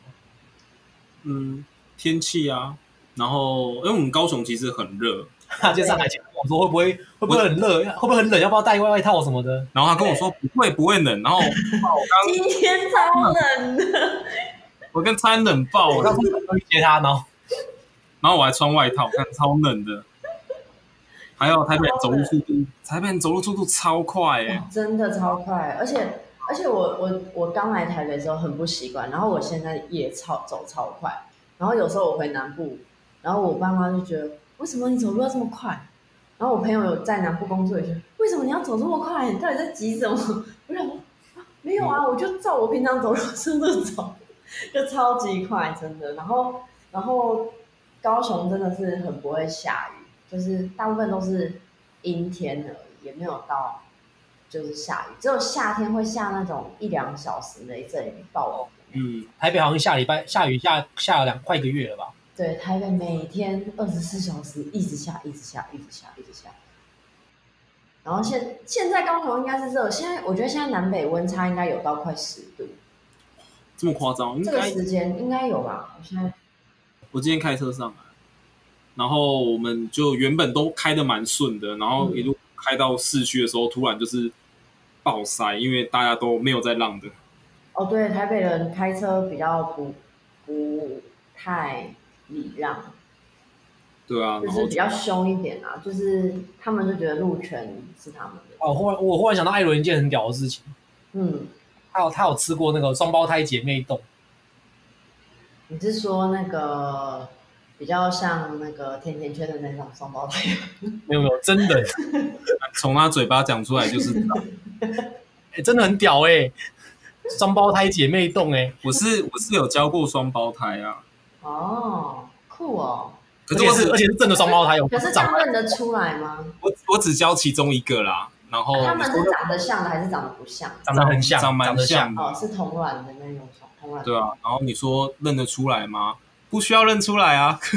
S1: <laughs>
S4: 嗯，天气啊，然后因哎为我们高雄其实很热，
S1: 他就上来前跟我说会不会会不会很热，会不会很冷，要不要带外外套什么的？
S4: 然后他跟我说不会不会冷，然后我
S3: 今天超冷的，
S4: 刚我跟餐冷爆
S1: 我刚
S4: 了，
S1: 从去接哎他，然后
S4: 然后我还穿外套，看超冷的。还有台北人走路速度，台北人走路速度超快哎、
S3: 哇真的超快，而且而且我我我刚来台北的时候很不习惯，然后我现在也超走超快，然后有时候我回南部，然后我爸妈就觉得为什么你走路要这么快？然后我朋友有在南部工作也觉得为什么你要走这么快？你到底在急什么？ <laughs> 我想说、啊、没有啊，我就照我平常走路的速度走， <laughs> 就超级快，真的。然后然后高雄真的是很不会下雨，就是大部分都是阴天而已，也没有到就是下雨，只有夏天会下那种一两小时雷阵雨暴雨。
S4: 嗯，
S1: 台北好像下礼拜下雨下下了两快一个月了吧？
S3: 对，台北每天二十四小时一直下，一直下，一直下，一直下。然后现现在高雄应该是热，现在我觉得现在南北温差应该有到快十度，
S4: 这么夸张？应
S3: 这个
S4: 该
S3: 时间应该有吧？我现在
S4: 我今天开车上来，然后我们就原本都开的蛮顺的，然后一路开到市区的时候，突然就是爆塞，因为大家都没有在浪的。
S3: 哦，对，台北人开车比较不不太礼让，
S4: 对啊，
S3: 就
S4: 然
S3: 是
S4: 后
S3: 比
S4: 就
S3: 较凶一点啊，就是他们就觉得路权是他们的，
S1: 哦，忽然我忽然想到艾伦一件很屌的事情，
S3: 嗯。
S1: 他有他有吃过那个双胞胎姐妹冻，
S3: 你是说那个比较像那个甜甜圈的那种双胞胎？
S1: 没有没有，真的、 <laughs>
S4: 从他嘴巴讲出来就是
S3: <laughs>
S1: 哎真的很屌哎、双胞胎姐妹冻哎、
S4: 我是我是有教过双胞胎啊，
S3: <laughs> 哦，酷哦！
S4: 可是我
S1: 而且
S4: 只
S1: 而且是真的双胞胎哦，
S3: 可是这
S1: 长
S3: 样认得出来吗？
S4: 我我只教其中一个啦，然
S1: 哦
S4: 后
S3: 他们是长得像的还是长得不像？
S1: 长得很像，
S4: 长蛮
S1: 得像，
S4: 像的，
S3: 哦，是同卵的那种双同卵。
S4: 对啊，然后你说认得出来吗？不需要认出来啊，
S3: <laughs>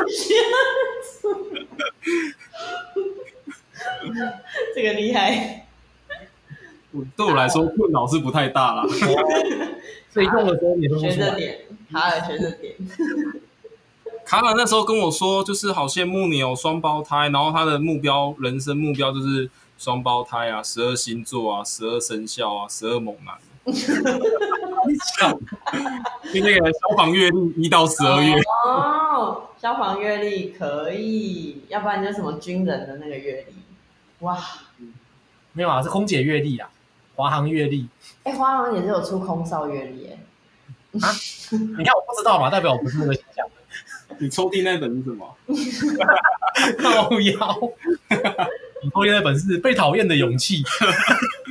S4: <laughs>
S3: 这个厉
S1: <laughs>
S3: 害。
S4: 对我来说困扰是不太大啦。 <laughs>
S1: 所以用的时候你分不
S3: 学
S1: 出
S3: 着
S1: 来。
S3: 点，卡尔学着点。
S4: 卡卡那时候跟我说，就是好羡慕你有双胞胎，然后他的目标人生目标就是双胞胎啊，十二星座啊，十二生肖啊，十二猛男。就那个消防月历一到十二月，
S3: 哦，消防阅历可以，要不然就是什么军人的那个阅历。哇，
S1: 没有啊，是空姐阅历啊，华航阅历。
S3: 哎、花郎也是有出空少阅历耶。
S1: 你看我不知道嘛，代表我不是那个形 <laughs> 象。
S4: <laughs> 你抽屉那本是什么？
S1: 靠腰，你抽烟的本事，被讨厌的勇气。
S4: 就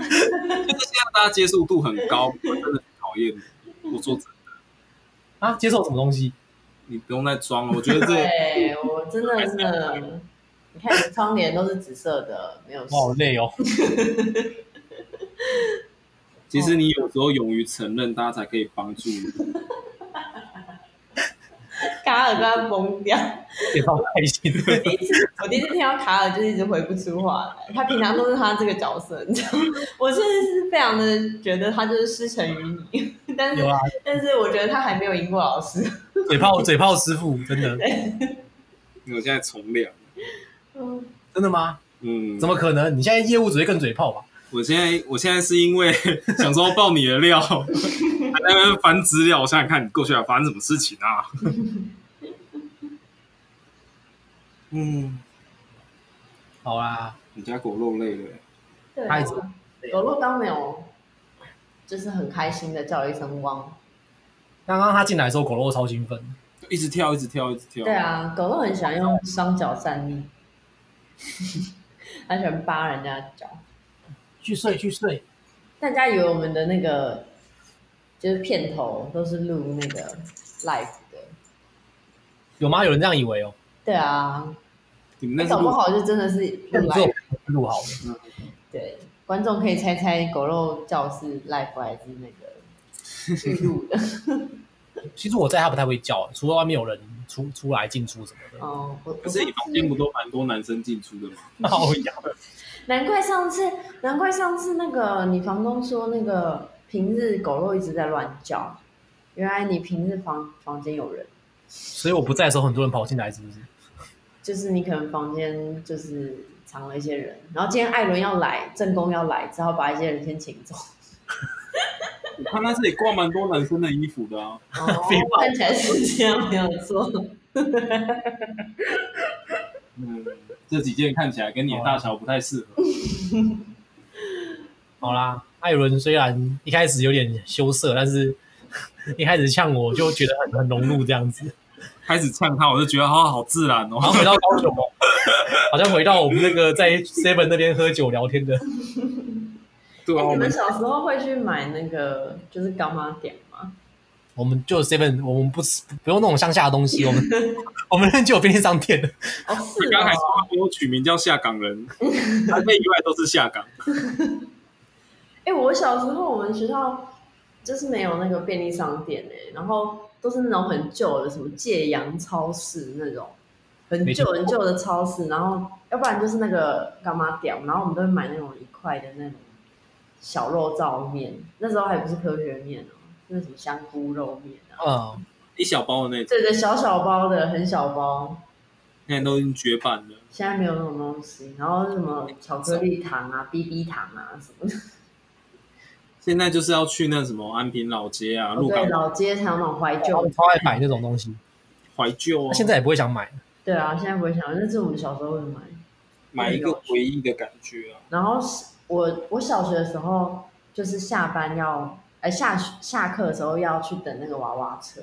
S4: 是现在大家接受度很 <laughs> 高，我真的很讨厌你。我说真的，
S1: 啊，接受什么东西？
S4: 你不用再装了，我 <laughs> 觉得这
S3: 对，我真的真的，你看你窗帘都是紫色的，没有事
S1: 我。好累哦。
S4: 其实你有时候勇于承认，大家才可以帮助你。
S3: 卡尔快要疯掉，
S1: 也超开心的。 <laughs>
S3: 第一次我第一次听到卡尔就一直回不出话来，他平常都是他这个角色，你知 <laughs> 道吗，我甚至是非常的觉得他就是师承于你，但
S1: 有
S3: 是
S1: 啊，
S3: 但是我觉得他还没有赢过老师，
S1: 嘴炮嘴炮师傅，真的。
S4: 因为我现在从良。
S3: 嗯，
S1: 真的吗？
S4: 嗯，
S1: 怎么可能？你现在业务只会更嘴炮吧？
S4: 我现在我现在是因为 <laughs> 想说爆你的料，还在那边翻资料，我想想看你过去还发生什么事情啊？嗯，
S1: 好啦，
S4: 你家狗肉累了欸，
S3: 对啊
S1: 太子
S3: 狗肉刚没有，就是很开心的叫了一声汪。
S1: 刚刚他进来的时候，狗肉超兴奋，
S4: 一直跳，一直跳，一直跳。
S3: 对，啊，狗肉很喜欢用双脚站立，它喜欢扒人家的脚。
S1: 去睡去睡。
S3: 大家以为我们的那个就是片头都是录那个 live 的，
S1: 有吗？有人这样以为哦？
S3: 对啊，
S4: 你们那是
S3: 搞不
S4: 录
S3: 好就真的是
S1: 那
S3: 录
S1: 你做
S3: live。
S1: 录好了，
S3: 对，观众可以猜猜狗肉叫是 live 还是那个预录的。
S1: 其实我在他不太会叫，欸除了外面有人出出来进出什么的。
S3: 哦，我我
S4: 可是你房间不都蛮多男生进出的吗？
S1: 好呀，
S3: 难怪上次，难怪上次那个你房东说那个平日狗肉一直在乱叫，原来你平日房房间有人，
S1: 所以我不在的时候，很多人跑进来，是不是？
S3: 就是你可能房间就是藏了一些人，然后今天艾伦要来，正宫要来，只好把一些人先
S4: <laughs>
S3: 请走。
S4: 我看他这里挂蛮多男生的衣服的啊。
S3: 哦
S1: 废，
S3: 看起来是这样，没有错。
S4: 嗯，这几件看起来跟你的大小不太适合。
S1: 好啦，艾伦虽然一开始有点羞涩，但是 <laughs> 一开始呛我就觉得很很融入这样子，
S4: 开始呛他，我就觉得他好自然
S1: 然
S4: 哦。
S1: 后回到高雄哦，好像回到我们那个在 Seven 那边喝酒聊天的，
S4: 对
S3: 哎
S4: 啊，我
S3: <laughs> 你们
S4: 们
S3: 小时候会去买那个就是干妈点吗？
S1: 我们就 Seven，我们不吃不用那种乡下的东西，我 <laughs> 们我们那边就有便利商店的，
S3: 哦，是
S4: 啊刚才
S3: 哦
S4: 说，他给我取名叫下港人，台北以外都是下港。
S3: 哎、我小时候我们学校就是没有那个便利商店哎、然后都是那种很旧的，什么界阳超市那种，很
S1: 没
S3: 旧
S1: 听
S3: 很旧的超市，然后要不然就是那个干妈屌，然后我们都会买那种一块的那种小肉燥面，那时候还不是科学面哦、那是什么香菇肉面啊，
S1: 嗯，
S4: 一小包的那种，
S3: 对对，小小包的，很小包，
S4: 现在都已经绝版了。
S3: 现在没有那种东西，然后什么巧克力糖啊、BB 糖啊什么的，
S4: 现在就是要去那什么安平老街啊、鹿港
S3: 哦对，老街才有那种怀旧
S1: 我超爱买那种东西，
S4: 怀旧啊，
S1: 现在也不会想买，
S3: 对啊，现在不会想，那是我们小时候会买。
S4: 买一个回忆的感觉啊。
S3: 然后是我我小学的时候，就是下班要，哎下下课的时候要去等那个娃娃车。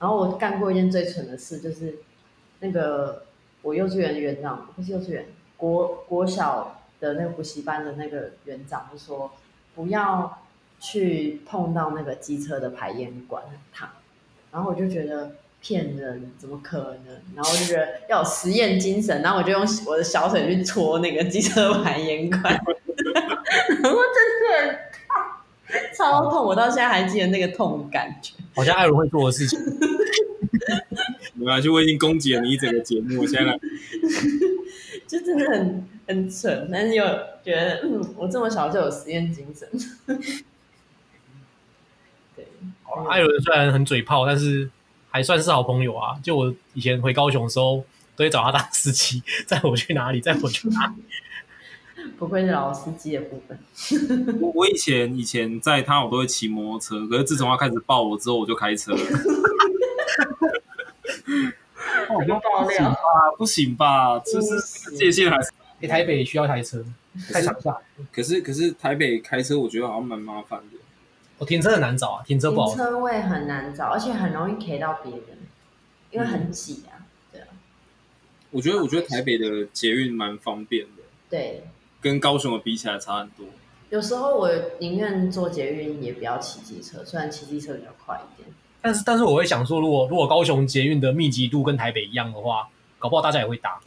S3: 然后我干过一件最蠢的事，就是那个我幼稚园的园长，不是幼稚园，国国小的那个补习班的那个园长就说，不要去碰到那个机车的排烟管，很烫。然后我就觉得骗人，怎么可能？然后我就觉得要有实验精神，然后我就用我的小腿去戳那个机车排烟管，然后真的很痛，超痛，我到现在还记得那个痛的感觉。
S1: 好像艾伦会做的事情，
S4: 没关系，我已经攻击了你一整个节目，我现在来
S3: 就真的很很蠢，但是又觉得，嗯，我这么小就有实验精神。对，
S1: 好啦艾伦虽然很嘴炮，但是还算是好朋友啊，就我以前回高雄的时候。都会找他当司机， <laughs> 载我去哪里，载我去哪里。
S3: 不愧是老司机的部分。
S4: 我我以前以前在他，我都会骑摩托车，可是自从他开始抱我之后，我就开车了。
S1: 我
S4: <laughs>
S1: 就
S3: 爆料，
S4: 啊，不行吧？就是这个界限还是……
S1: 欸台北需要一台车，太常下。
S4: 可是可是台北开车，我觉得好像蛮麻烦的。
S1: 我停车很难找啊，停车不好
S3: 停。车位很难找，而且很容易 K 到别人，因为很挤啊。
S4: 我觉得我觉得台北的捷运蛮方便的，
S3: 对，
S4: 跟高雄的比起来差很多。
S3: 有时候我宁愿坐捷运也不要骑机车，虽然骑机车比较快一点。
S1: 但是但是我会想说，如果如果高雄捷运的密集度跟台北一样的话，搞不好大家也会搭。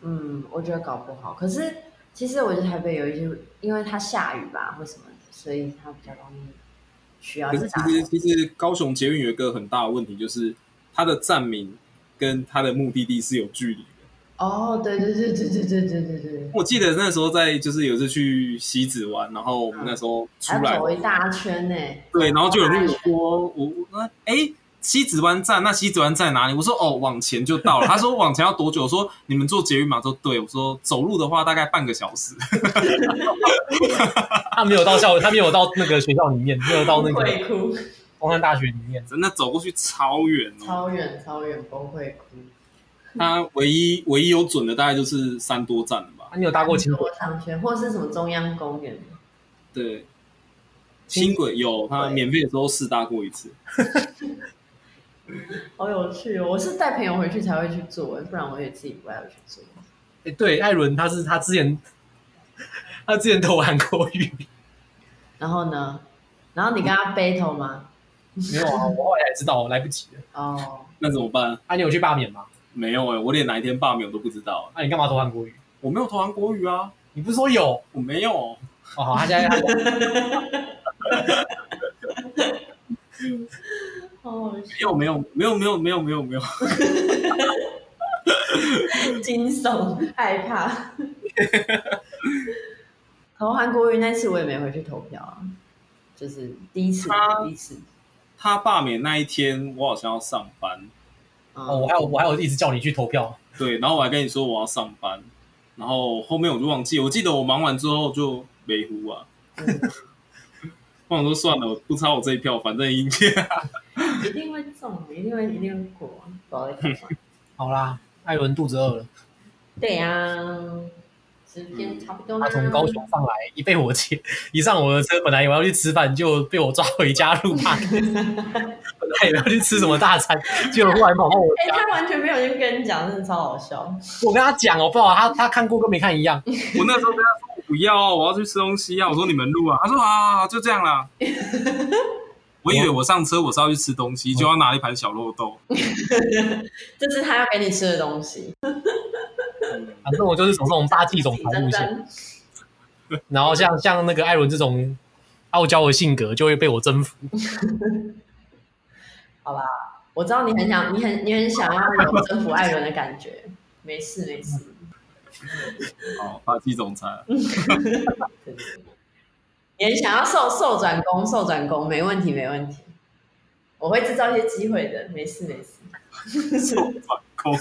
S3: 嗯，我觉得搞不好。可是其实我觉得台北有一些，因为它下雨吧，或什么的，所以它比较容易需要
S4: 可
S3: 去
S4: 是其
S3: 打
S4: 实其实高雄捷运有一个很大的问题，就是它的站名跟它的目的地是有距离的。
S3: 哦，对对对对对对对对对，
S4: 我记得那时候在就是有一次去西子玩，然后我们那时候出
S3: 还要
S4: 来，
S3: 走一大圈呢、
S4: 对，然后就有人问我说，我我那哎西子湾站，那西子湾在哪里？我说哦，往前就到了。他说往前要多久？我说你们坐捷运嘛？说对。我说走路的话大概半个小时。
S1: 他没有到校，他没有到那个学校里面，没有到那个
S3: 会哭，
S1: 东山大学里面。
S4: 真的走过去超远哦。
S3: 超远超远崩溃哭。
S4: 他唯一唯一有准的大概就是三多站了吧？
S1: 啊，你有搭过轻轨？
S3: 国商圈或者是什么中央公园，
S4: 对，轻轨有，他免费的时候试搭过一次。
S3: 好有趣哦！我是带朋友回去才会去做，不然我也自己不爱去做。
S1: 哎，对，艾伦他是他之前他之前投韩国语，
S3: 然后呢？然后你跟他 battle 吗？
S1: 没有啊，我后来才知道，我来不及了。
S3: 哦，
S4: 那怎么办？
S1: 啊，你有去罢免吗？
S4: 没有哎、我连哪一天罢免我都不知道、欸
S1: 啊，你干嘛投韩国语？
S4: 我没有投韩国语啊，
S1: 你不是说有？
S4: 我没有。
S1: 哦，好，他现在他
S3: 哦，
S4: 没有没有没有没有没有没有没有，
S3: 惊悚、害 <laughs> 怕。投韩国瑜那次我也没回去投票啊，就是第一次，
S4: 他
S3: 第一次。
S4: 他罢免那一天，我好像要上班，
S1: 哦，我
S3: 哦，
S1: 还有我还有一直叫你去投票，
S4: 对，然后我还跟你说我要上班，然后后面我就忘记，我记得我忙完之后就没糊啊，
S3: 嗯
S4: 我想说算了，我不差我这一票，反正赢家。
S3: 一定会中，一定会，一定会过，不知道在干嘛。
S1: 好啦，艾伦肚子饿了，
S3: 对呀、时间差不多啦。
S1: 他从高雄上来，一被我接，一上我的车，本来以为要去吃饭，就被我抓回家路 <laughs> 霸。本来以为要去吃什么大餐，结果忽然跑到我
S3: 哎、
S1: 家。
S3: 他完全没有去跟你讲，真的超好笑。
S1: 我跟他讲，哦我不知道他他看过跟没看一样。
S4: <laughs> 我那时候跟他说我不要啊，我要去吃东西啊，我说你们录啊，他说好好好，就这样啦。我以为我上车我是要去吃东西，就要拿一盘小肉豆。
S3: 这是他要给你吃的东西，
S1: 反正我就是走这种大气总
S3: 自己
S1: 裁
S3: 沾
S1: 路线，
S3: 沾
S1: 然后像像那个艾伦这种傲娇的性格，就会被我征服。
S3: 好吧，我知道你很想，你很你很想要有征服艾伦的感觉。没事没事，
S4: 好，哦霸气总裁。
S3: 真的你很想要受受转工，受转工，没问题没问题，我会制造一些机会的，没事没事。
S4: 受反攻，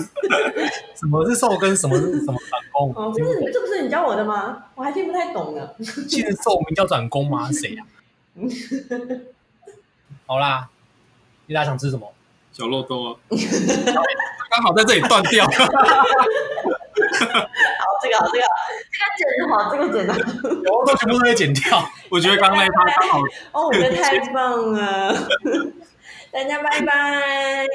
S1: 什么是受跟什么是什么转攻？
S3: 哦，不是，这不是你教我的吗？我还听不太懂呢。
S1: 其实受名叫转攻吗？谁呀、好啦，你大家想吃什么？
S4: 小肉豆啊， <laughs> 刚好在这里断
S1: <laughs>
S4: 掉。
S3: 好，这个好， <laughs> 这个好这个剪的好，这个剪的好。
S1: 我都全部都会剪掉。
S4: 我觉得刚那一趴刚好
S3: <laughs> 哦，我觉得太棒了，大家拜拜。